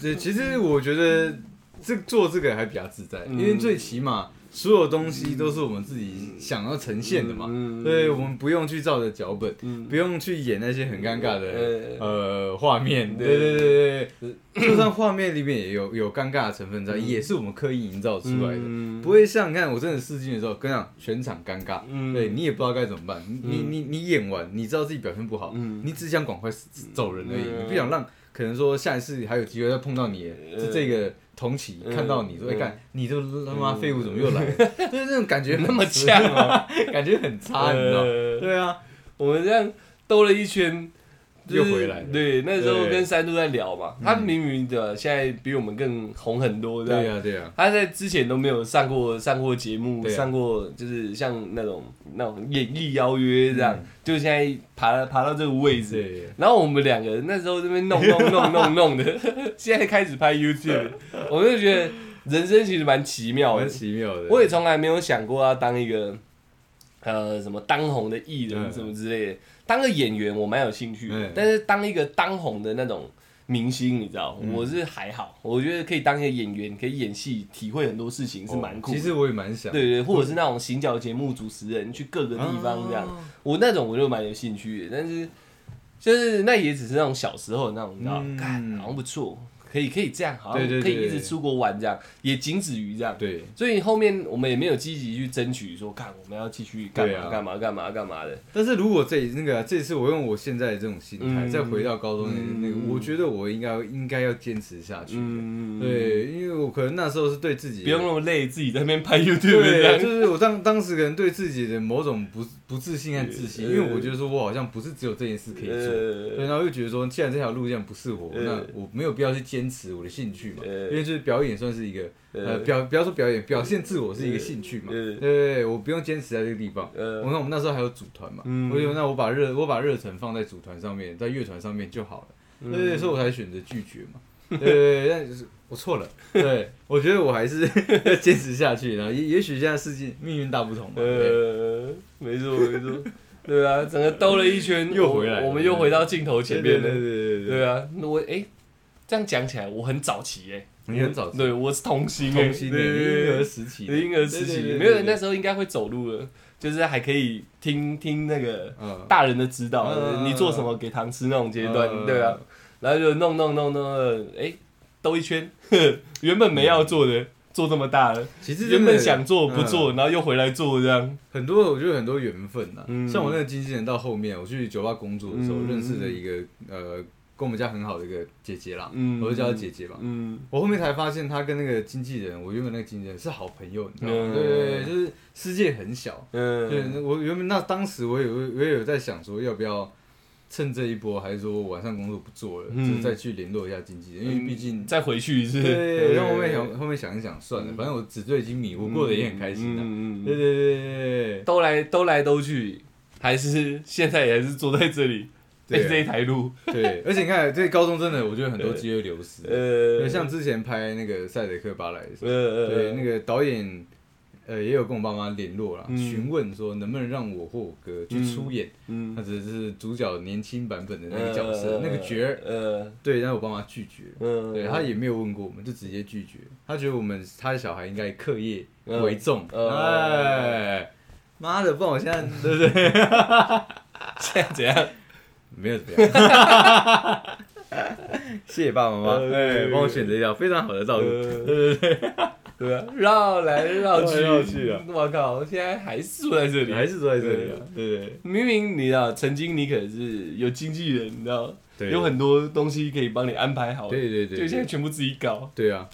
[SPEAKER 2] 对，其实我觉得这做这个还比较自在，
[SPEAKER 1] 嗯
[SPEAKER 2] 因为最起码所有东西都是我们自己想要呈现的嘛，
[SPEAKER 1] 嗯嗯嗯嗯
[SPEAKER 2] 所以我们不用去照着脚本，不用去演那些很尴尬的呃画面，对对对对
[SPEAKER 1] 嗯
[SPEAKER 2] 对，就算画面里面也有有尴尬的成分在，也是我们刻意营造出来的，
[SPEAKER 1] 嗯
[SPEAKER 2] 不会像你看我真的试镜的时候，跟你讲全场尴尬，
[SPEAKER 1] 嗯
[SPEAKER 2] 对你也不知道该怎么办，你你你你演完，你知道自己表现不好，
[SPEAKER 1] 嗯
[SPEAKER 2] 你只想赶快走人而已，
[SPEAKER 1] 嗯
[SPEAKER 2] 你不想让可能说下一次还有机会再碰到你，是这个同期
[SPEAKER 1] 嗯
[SPEAKER 2] 看到你说，哎
[SPEAKER 1] 嗯
[SPEAKER 2] 干，你这他妈废物怎么又来了？ 就是那种感觉很
[SPEAKER 1] 那么呛吗？
[SPEAKER 2] 感觉很差，你知道？
[SPEAKER 1] 呃
[SPEAKER 2] 对啊，
[SPEAKER 1] 我们这样兜了一圈，就是
[SPEAKER 2] 又回来了
[SPEAKER 1] 对，那时候
[SPEAKER 2] 对
[SPEAKER 1] 跟三度在聊嘛，他明明的现在比我们更红很多，这样
[SPEAKER 2] 对呀，对啊呀，
[SPEAKER 1] 他在之前都没有上过上过节目，
[SPEAKER 2] 对啊
[SPEAKER 1] 上过就是像那种那种演艺邀约这样，就现在爬爬到这个位置。
[SPEAKER 2] 嗯对，
[SPEAKER 1] 然后我们两个人那时候这边弄弄弄弄弄的， 现在开始拍 YouTube，我就觉得人生其实蛮奇妙
[SPEAKER 2] 蛮
[SPEAKER 1] 的。
[SPEAKER 2] 奇妙的。
[SPEAKER 1] 我也从来没有想过要当一个呃什么当红的艺人
[SPEAKER 2] 嗯
[SPEAKER 1] 什么之类的，当个演员我蛮有兴趣的
[SPEAKER 2] 嗯
[SPEAKER 1] 但是当一个当红的那种明星，你知道，
[SPEAKER 2] 嗯
[SPEAKER 1] 我是还好，我觉得可以当一个演员，可以演戏，体会很多事情是蛮酷的。
[SPEAKER 2] 哦其实我也蛮想
[SPEAKER 1] 对对，或者是那种行脚节目主持人去各个地方这样，
[SPEAKER 2] 啊
[SPEAKER 1] 我那种我就蛮有兴趣的，但是就是那也只是那种小时候的那种，你知道，
[SPEAKER 2] 嗯
[SPEAKER 1] 看、好像不错，可以可以这样，好像
[SPEAKER 2] 对对
[SPEAKER 1] 可以
[SPEAKER 2] 对
[SPEAKER 1] 一直出国玩这样，也仅止于这样。
[SPEAKER 2] 对，
[SPEAKER 1] 所以后面我们也没有积极去争取说，看我们要继续干
[SPEAKER 2] 对
[SPEAKER 1] 嘛
[SPEAKER 2] 啊
[SPEAKER 1] 干嘛干嘛干嘛的。
[SPEAKER 2] 但是如果这那个啊这次我用我现在的这种心态，
[SPEAKER 1] 嗯
[SPEAKER 2] 再回到高中的那个，
[SPEAKER 1] 嗯
[SPEAKER 2] 我觉得我应该应该要坚持下去。
[SPEAKER 1] 嗯，，
[SPEAKER 2] 对，因为我可能那时候是对自己
[SPEAKER 1] 不用那么累，自己在那边拍 YouTube 这
[SPEAKER 2] 对，
[SPEAKER 1] 样。
[SPEAKER 2] 就是我当当时可能对自己的某种不不自信和自信，
[SPEAKER 1] 呃
[SPEAKER 2] 因为我觉得说我好像不是只有这件事可以做。对，
[SPEAKER 1] 呃，
[SPEAKER 2] 然后又觉得说，既然这条路线不是我，
[SPEAKER 1] 呃
[SPEAKER 2] 那我没有必要去坚持我的兴趣嘛，
[SPEAKER 1] 呃
[SPEAKER 2] 因为就是表演算是一个，
[SPEAKER 1] 呃
[SPEAKER 2] 呃，表不要说表演，表现自我是一个兴趣嘛，
[SPEAKER 1] 呃
[SPEAKER 2] 对对对，我不用坚持在这个地方。
[SPEAKER 1] 呃
[SPEAKER 2] 我看我们那时候还有组团嘛，
[SPEAKER 1] 嗯
[SPEAKER 2] 我觉得那我把热我把热忱放在组团上面，在乐团上面就好了，
[SPEAKER 1] 嗯
[SPEAKER 2] 对对对，所以我才选择拒绝嘛，对对对，但是我错了，对我觉得我还是 要坚持下去，然后也也许现在世界命运大呃不同嘛，对
[SPEAKER 1] 呃，没错没错，对啊，整个兜了一圈，
[SPEAKER 2] 又回来了
[SPEAKER 1] 我我们又回到镜头前面
[SPEAKER 2] 对对
[SPEAKER 1] 了。
[SPEAKER 2] 对对对，
[SPEAKER 1] 对啊，那我哎，这样讲起来，我很早期哎，
[SPEAKER 2] 你很早
[SPEAKER 1] 对我是童星哎，
[SPEAKER 2] 童心的
[SPEAKER 1] 对对对
[SPEAKER 2] 婴儿时期的，
[SPEAKER 1] 婴儿时期
[SPEAKER 2] 对
[SPEAKER 1] 没有，那，
[SPEAKER 2] 对对对对
[SPEAKER 1] 时候应该会走路了，就是还可以听听那个
[SPEAKER 2] 嗯，
[SPEAKER 1] 大人的指导，
[SPEAKER 2] 嗯
[SPEAKER 1] 你做什么给糖吃那种阶段，
[SPEAKER 2] 嗯
[SPEAKER 1] 对啊，然后就弄弄弄弄，弄哎、兜一圈， 呵原本没要做
[SPEAKER 2] 嗯
[SPEAKER 1] 的，做这么大了，
[SPEAKER 2] 其实
[SPEAKER 1] 原
[SPEAKER 2] 真的
[SPEAKER 1] 本想做不
[SPEAKER 2] 嗯
[SPEAKER 1] 做，然后又回来做这样，
[SPEAKER 2] 很多我觉得很多缘分呐、
[SPEAKER 1] 嗯
[SPEAKER 2] 像我那个经纪人到后面，我去酒吧工作的时候、
[SPEAKER 1] 嗯
[SPEAKER 2] 认识的一个呃，跟我们家很好的一个姐姐啦，
[SPEAKER 1] 嗯
[SPEAKER 2] 我就叫她姐姐吧。
[SPEAKER 1] 嗯，
[SPEAKER 2] 我后面才发现，她跟那个经纪人，我原本那个经纪人是好朋友，你知道吗
[SPEAKER 1] 嗯？
[SPEAKER 2] 对对对，就是世界很小。对，
[SPEAKER 1] 嗯，
[SPEAKER 2] 那我原本那当时我有我也有在想说，要不要趁这一波，还是说晚上工作不做了，
[SPEAKER 1] 嗯
[SPEAKER 2] 就再去联络一下经纪人，因为毕竟
[SPEAKER 1] 再回去一次，
[SPEAKER 2] 对，然后后面想后面想一想算了，反正我纸醉金迷，我过得也很开心的、
[SPEAKER 1] 嗯嗯嗯
[SPEAKER 2] 对
[SPEAKER 1] 嗯，
[SPEAKER 2] 对对对对对。
[SPEAKER 1] 兜来兜来兜去，还是现在也还是坐在这里，在
[SPEAKER 2] 对啊
[SPEAKER 1] 这一台路，
[SPEAKER 2] 对，而且你看，这高中真的，我觉得很多机会流失。
[SPEAKER 1] 呃，
[SPEAKER 2] 对，像之前拍那个《赛德克巴莱》的时
[SPEAKER 1] 呃
[SPEAKER 2] 候，
[SPEAKER 1] 呃，
[SPEAKER 2] 对，那
[SPEAKER 1] 个
[SPEAKER 2] 个导演呃也有跟我爸妈联络啦，
[SPEAKER 1] 嗯
[SPEAKER 2] 询问说能不能让我或我哥去出演，
[SPEAKER 1] 嗯
[SPEAKER 2] 那只是主角年轻版本的那个角色，那个角儿。，
[SPEAKER 1] 呃
[SPEAKER 2] 对，但是我爸妈拒绝了。
[SPEAKER 1] 嗯，
[SPEAKER 2] 对他也没有问过我们，就直接拒绝。他觉得我们他的小孩应该课业为重，
[SPEAKER 1] 嗯
[SPEAKER 2] 哎，妈的，不然我现在对不对？
[SPEAKER 1] 现在怎样？
[SPEAKER 2] 没有怎么样。 谢谢爸爸妈妈，
[SPEAKER 1] 呃
[SPEAKER 2] 哎，帮我选择一条非常好的道路。
[SPEAKER 1] 呃对啊，绕来绕去，
[SPEAKER 2] 绕来绕去啊
[SPEAKER 1] 我靠，现在还是坐在这
[SPEAKER 2] 你还
[SPEAKER 1] 里。
[SPEAKER 2] 是坐在这里啊？对对
[SPEAKER 1] 明明你啊，曾经你可是有经纪人，你知道，
[SPEAKER 2] 对，
[SPEAKER 1] 有很多东西可以帮你安排好，
[SPEAKER 2] 对对
[SPEAKER 1] 就
[SPEAKER 2] 对
[SPEAKER 1] 现在
[SPEAKER 2] 对，
[SPEAKER 1] 全部自己搞。
[SPEAKER 2] 对啊。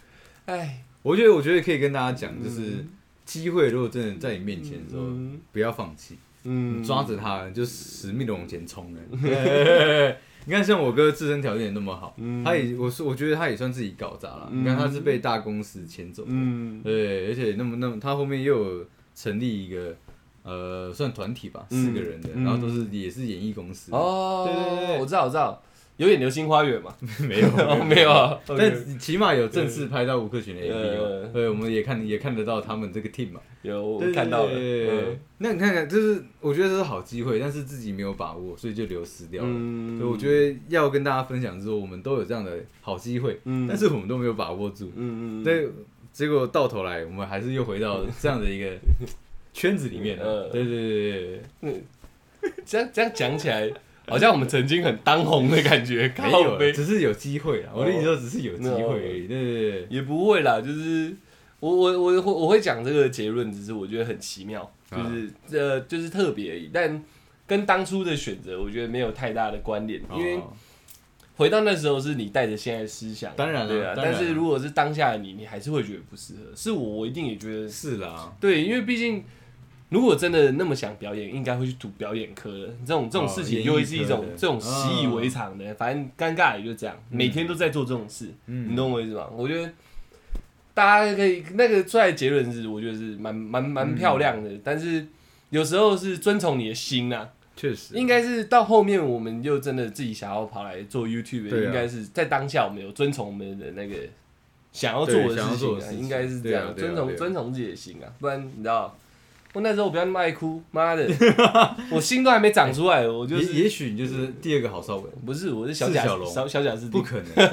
[SPEAKER 1] 哎，
[SPEAKER 2] 我觉得，我觉得可以跟大家讲，就是机会如果真的在你面前的时候，
[SPEAKER 1] 嗯
[SPEAKER 2] 不要放弃。
[SPEAKER 1] 嗯，
[SPEAKER 2] 抓着它就死命的往前冲 哎。你看，像我哥自身条件也那么好，
[SPEAKER 1] 嗯
[SPEAKER 2] 他也我是我觉得他也算自己搞砸了。
[SPEAKER 1] 嗯
[SPEAKER 2] 你看他是被大公司牵走，
[SPEAKER 1] 嗯，
[SPEAKER 2] 对，而且那么那么他后面又有成立一个呃算团体吧，
[SPEAKER 1] 嗯
[SPEAKER 2] 四个人的，
[SPEAKER 1] 嗯
[SPEAKER 2] 然后都是也是演艺公司，
[SPEAKER 1] 哦，
[SPEAKER 2] 对对对
[SPEAKER 1] 我知道，我知道，有点流星花园嘛？
[SPEAKER 2] 没有
[SPEAKER 1] 哦，没有啊，OK
[SPEAKER 2] 但起码有正式拍到吴克群的 MV
[SPEAKER 1] 呃
[SPEAKER 2] 嘛，对，我们也看也看得到他们这个 team 嘛，
[SPEAKER 1] 有我
[SPEAKER 2] 对
[SPEAKER 1] 看到了，
[SPEAKER 2] 对对对对
[SPEAKER 1] 嗯
[SPEAKER 2] 那你看看，就是我觉得这是好机会，但是自己没有把握，所以就流失掉了。
[SPEAKER 1] 嗯
[SPEAKER 2] 所以我
[SPEAKER 1] 得，
[SPEAKER 2] 觉得要跟大家分享之后，我们都有这样的好机会，
[SPEAKER 1] 嗯
[SPEAKER 2] 但是我们都没有把握住。
[SPEAKER 1] 嗯嗯，嗯，
[SPEAKER 2] 对，结果到头来，我们还是又回到这样的一个圈子里面了。
[SPEAKER 1] 嗯
[SPEAKER 2] 对对对对对，
[SPEAKER 1] 这样这样讲起来，好像我们曾经很当红的感觉，
[SPEAKER 2] 没
[SPEAKER 1] 靠
[SPEAKER 2] 有，啊
[SPEAKER 1] 背
[SPEAKER 2] 只是有机会啊。我的意思说，只是有机会而已。对对对，
[SPEAKER 1] 也不会啦，就是我我我会我会讲这个结论，只是我觉得很奇妙，就
[SPEAKER 2] 啊
[SPEAKER 1] 是呃就是特别而已，但跟当初的选择我觉得没有太大的关联，因为
[SPEAKER 2] 哦
[SPEAKER 1] 回到那时候是你带着现在的思想，
[SPEAKER 2] 当然啦
[SPEAKER 1] 对啊，
[SPEAKER 2] 当
[SPEAKER 1] 但
[SPEAKER 2] 然啦
[SPEAKER 1] 是如果是当下的你，你还是会觉得不适合，是我我一定也觉得
[SPEAKER 2] 是啦，
[SPEAKER 1] 对，因为毕竟如果真的那么想表演，应该会去读表演科的。这种这种
[SPEAKER 2] 哦
[SPEAKER 1] 事
[SPEAKER 2] 演
[SPEAKER 1] 情
[SPEAKER 2] 艺
[SPEAKER 1] 就会是一
[SPEAKER 2] 科
[SPEAKER 1] 种
[SPEAKER 2] 的嗯
[SPEAKER 1] 这种习以为常的，反正尴尬也就这样，每天都在做这种事，你
[SPEAKER 2] 嗯，
[SPEAKER 1] 懂我意思吗？我觉得。大家可以那个出来结论是，我觉得是蛮蛮
[SPEAKER 2] 嗯
[SPEAKER 1] 蛮漂亮的，但是有时候是遵从你的心啊，
[SPEAKER 2] 确实
[SPEAKER 1] 应该是到后面我们又真的自己想要跑来做 YouTube，、
[SPEAKER 2] 对啊
[SPEAKER 1] 应该是在当下我们有遵从我们的那个想要做
[SPEAKER 2] 对
[SPEAKER 1] 的
[SPEAKER 2] 想要
[SPEAKER 1] 事情、
[SPEAKER 2] 做的
[SPEAKER 1] 啊，
[SPEAKER 2] 事情
[SPEAKER 1] 应该是这
[SPEAKER 2] 对
[SPEAKER 1] 样，
[SPEAKER 2] 啊对啊
[SPEAKER 1] 遵从、
[SPEAKER 2] 对啊
[SPEAKER 1] 遵从自己的心啊，不然你知道，我那时候我不要那么爱哭，妈 的，我心都还没长出来，我就
[SPEAKER 2] 也
[SPEAKER 1] 是
[SPEAKER 2] 也许你就是第二个郝邵文，
[SPEAKER 1] 不是我是小贾
[SPEAKER 2] 是小龙
[SPEAKER 1] 小小贾斯汀
[SPEAKER 2] 不，可能，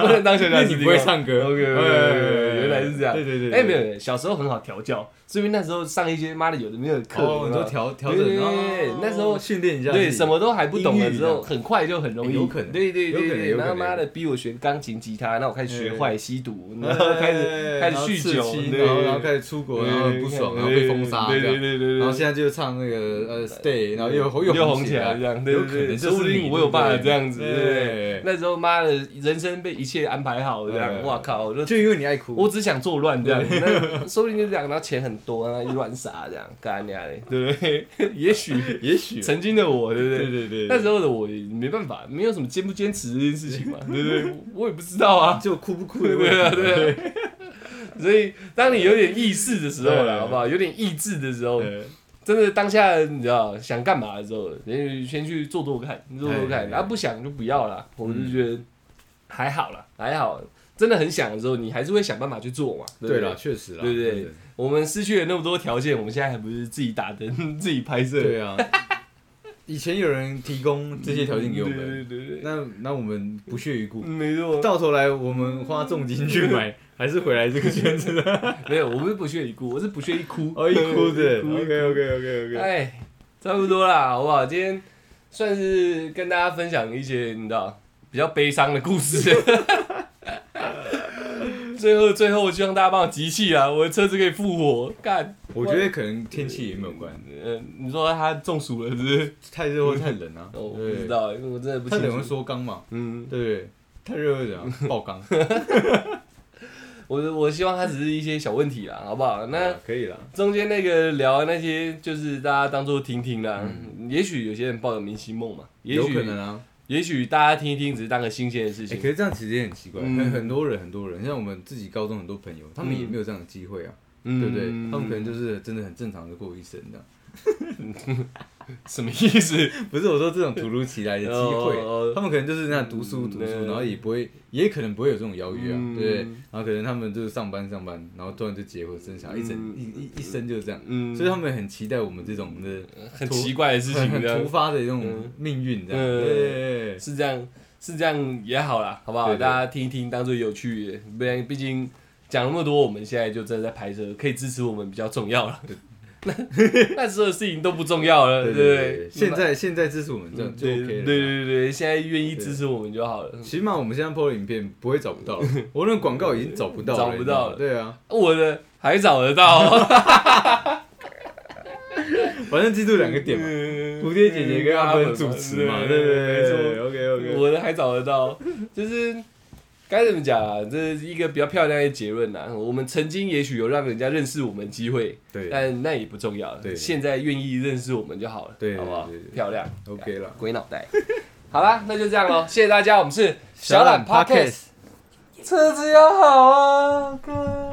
[SPEAKER 1] 不能当小
[SPEAKER 2] 那
[SPEAKER 1] 贾斯
[SPEAKER 2] 你
[SPEAKER 1] 汀，
[SPEAKER 2] 不会。唱歌。
[SPEAKER 1] OK，原来是这样。
[SPEAKER 2] 对对对，对
[SPEAKER 1] 哎，没有，没有小时候很好调教，所以那时候上一些妈的有的没有的课，
[SPEAKER 2] 哦，
[SPEAKER 1] 有没
[SPEAKER 2] 你说
[SPEAKER 1] 有
[SPEAKER 2] 调调
[SPEAKER 1] 对
[SPEAKER 2] 整
[SPEAKER 1] 对对
[SPEAKER 2] 哦，
[SPEAKER 1] 那时候
[SPEAKER 2] 训练一下自己，
[SPEAKER 1] 对，什么都还不懂的时
[SPEAKER 2] 英语
[SPEAKER 1] 候，
[SPEAKER 2] 的哎
[SPEAKER 1] 很快就很容易。
[SPEAKER 2] 有可能
[SPEAKER 1] 对对
[SPEAKER 2] 有
[SPEAKER 1] 对
[SPEAKER 2] 可能
[SPEAKER 1] 对，
[SPEAKER 2] 有可
[SPEAKER 1] 然
[SPEAKER 2] 能
[SPEAKER 1] 后妈的逼我学钢琴、吉他，那我开始学坏吸毒，然后
[SPEAKER 2] 哎
[SPEAKER 1] 开始开
[SPEAKER 2] 然
[SPEAKER 1] 始
[SPEAKER 2] 后
[SPEAKER 1] 酗
[SPEAKER 2] 刺
[SPEAKER 1] 酒，
[SPEAKER 2] 青
[SPEAKER 1] 对
[SPEAKER 2] 然后然后开始出国，
[SPEAKER 1] 对
[SPEAKER 2] 然后很
[SPEAKER 1] 对
[SPEAKER 2] 不爽，
[SPEAKER 1] 对
[SPEAKER 2] 然后被封杀，
[SPEAKER 1] 哎对
[SPEAKER 2] 这
[SPEAKER 1] 对
[SPEAKER 2] 样。
[SPEAKER 1] 对对对，
[SPEAKER 2] 然后现在就唱那个呃 Stay，然后又红
[SPEAKER 1] 又
[SPEAKER 2] 红
[SPEAKER 1] 红起来
[SPEAKER 2] 来，
[SPEAKER 1] 这样，对
[SPEAKER 2] 有
[SPEAKER 1] 对
[SPEAKER 2] 可能
[SPEAKER 1] 对，
[SPEAKER 2] 就
[SPEAKER 1] 说
[SPEAKER 2] 是
[SPEAKER 1] 不定
[SPEAKER 2] 你
[SPEAKER 1] 我有办
[SPEAKER 2] 对
[SPEAKER 1] 法
[SPEAKER 2] 不
[SPEAKER 1] 这
[SPEAKER 2] 对
[SPEAKER 1] 样子，对不对
[SPEAKER 2] 对？
[SPEAKER 1] 那时候妈的，人生被一切安排好这样，
[SPEAKER 2] 对
[SPEAKER 1] 哇靠，我就
[SPEAKER 2] 就因为你爱哭，
[SPEAKER 1] 我只想作乱这样，那说不定就这样，然后钱很多，然后乱撒这样，干你啊 嘞，对不对？ 也许
[SPEAKER 2] 也许
[SPEAKER 1] 曾经的我，对不对
[SPEAKER 2] 对？对对，
[SPEAKER 1] 那时候的我也没办法，没有什么坚不坚持这件事 情嘛，对不对？我我也不知道啊，
[SPEAKER 2] 就哭不哭
[SPEAKER 1] 对
[SPEAKER 2] 的
[SPEAKER 1] 不对啊？
[SPEAKER 2] 问题，
[SPEAKER 1] 对啊。 所以，当你有点意识的时候
[SPEAKER 2] 对
[SPEAKER 1] 了，好不好？有点意志的时候，
[SPEAKER 2] 对啊
[SPEAKER 1] 真的当下你知道想干嘛的时候，你先去做做看，做做
[SPEAKER 2] 对对
[SPEAKER 1] 看，
[SPEAKER 2] 对
[SPEAKER 1] 然后不想就不要啦。我们就
[SPEAKER 2] 嗯
[SPEAKER 1] 觉得还好啦，还好。真的很想的时候，你还是会想办法去做嘛，对不
[SPEAKER 2] 对
[SPEAKER 1] 对
[SPEAKER 2] 了，？确实了，
[SPEAKER 1] 对不对？我们失去了那么多条件，我们现在还不是自己打灯、 自己拍摄？
[SPEAKER 2] 对啊。以前有人提供这些条件给我们，
[SPEAKER 1] 对对对对，
[SPEAKER 2] 那那我们不屑一顾，
[SPEAKER 1] 没错。
[SPEAKER 2] 到头来我们花重金去 买，还是回来这个圈子的。
[SPEAKER 1] 没有，我不是不屑一顾，我是不屑一哭。
[SPEAKER 2] 哦，一哭的
[SPEAKER 1] 哭 一哭
[SPEAKER 2] ，OK OK OK OK，
[SPEAKER 1] 哎，差不多啦，好不好？今天算是跟大家分享一些你知道比较悲伤的故事。 最后，最后，希望大家帮我集气啊！我的车子可以复活，干。
[SPEAKER 2] 我觉得可能天气也没有关，
[SPEAKER 1] 呃，你说他中暑了是不是？
[SPEAKER 2] 太热或太冷啊，
[SPEAKER 1] 哦，我不
[SPEAKER 2] 对
[SPEAKER 1] 知，道，因为我真的不
[SPEAKER 2] 太冷
[SPEAKER 1] 清
[SPEAKER 2] 会
[SPEAKER 1] 楚。
[SPEAKER 2] 缩肛嘛，
[SPEAKER 1] 嗯，
[SPEAKER 2] 对不对？太热会怎样？爆肛。
[SPEAKER 1] 我我希望他只是一些小问题啦，好不好？ 那
[SPEAKER 2] 啊可以了，
[SPEAKER 1] 中间那个聊那些，就是大家当做听听啦。也许有些人抱有明星梦嘛，也
[SPEAKER 2] 嗯有
[SPEAKER 1] 许
[SPEAKER 2] 可能啊。
[SPEAKER 1] 也许大家听一听，只是当个新鲜的事
[SPEAKER 2] 哎，
[SPEAKER 1] 情。
[SPEAKER 2] 可是这样其实也很奇怪，
[SPEAKER 1] 嗯
[SPEAKER 2] 很很多人很多人，像我们自己高中很多朋友，他们也
[SPEAKER 1] 嗯
[SPEAKER 2] 没有这样的机会啊，
[SPEAKER 1] 嗯
[SPEAKER 2] 对不对？他们可能就是真的很正常的过一生这样。
[SPEAKER 1] 什么意思？
[SPEAKER 2] 不是我说这种突如其来的机会。
[SPEAKER 1] 哦
[SPEAKER 2] 他们可能就是那样读书
[SPEAKER 1] 嗯
[SPEAKER 2] 读
[SPEAKER 1] 对
[SPEAKER 2] 书，然后也不会，也可能不会有这种邀约啊，
[SPEAKER 1] 嗯
[SPEAKER 2] 对不对？然后可能他们就是上班上班，然后突然就结婚生小孩，一整
[SPEAKER 1] 嗯
[SPEAKER 2] 一一一生就是这样，
[SPEAKER 1] 嗯，
[SPEAKER 2] 所以他们很期待我们这种的
[SPEAKER 1] 很奇怪的事
[SPEAKER 2] 很
[SPEAKER 1] 情，
[SPEAKER 2] 很
[SPEAKER 1] 这样
[SPEAKER 2] 突发的这种
[SPEAKER 1] 嗯
[SPEAKER 2] 命运这样，
[SPEAKER 1] 嗯
[SPEAKER 2] 对对对对
[SPEAKER 1] 是这样，是这样也好啦，好不好？
[SPEAKER 2] 对对
[SPEAKER 1] 大家听一听，当做有趣的，不然毕竟讲那么多，我们现在就真的在拍摄，可以支持我们比较重要了。 那那所有事情都不重要了，
[SPEAKER 2] 对
[SPEAKER 1] 对不
[SPEAKER 2] 对对对，
[SPEAKER 1] 对？嗯
[SPEAKER 2] 现在现在支持我们这样就
[SPEAKER 1] 对
[SPEAKER 2] OK
[SPEAKER 1] 对
[SPEAKER 2] 了，
[SPEAKER 1] 对对，现在愿意支持我们就好了。
[SPEAKER 2] 起码我们现在播的影片不会找不 到，我那广告已经找不到了，
[SPEAKER 1] 找不到了
[SPEAKER 2] 你知道吗
[SPEAKER 1] 我的还找得 到，
[SPEAKER 2] 对啊，反正记住两 个点嘛，
[SPEAKER 1] 嗯
[SPEAKER 2] 蝴蝶姐姐跟阿芬主持
[SPEAKER 1] 啊
[SPEAKER 2] 嘛，对对对，OK OK，
[SPEAKER 1] 我的还找得到，就是该怎么讲啊？这是一个比较漂亮的结论呐。我们曾经也许有让人家认识我们的机会，
[SPEAKER 2] 对
[SPEAKER 1] 但那也不重要了。
[SPEAKER 2] 对
[SPEAKER 1] 现在愿意认识我们就好了，
[SPEAKER 2] 对
[SPEAKER 1] 好不好
[SPEAKER 2] 对对？对
[SPEAKER 1] 漂亮，
[SPEAKER 2] ，OK 了，
[SPEAKER 1] 鬼脑袋。 好啦，那就这样喽，谢谢大家，我们是小懒 Podcast，车子要好啊，哥。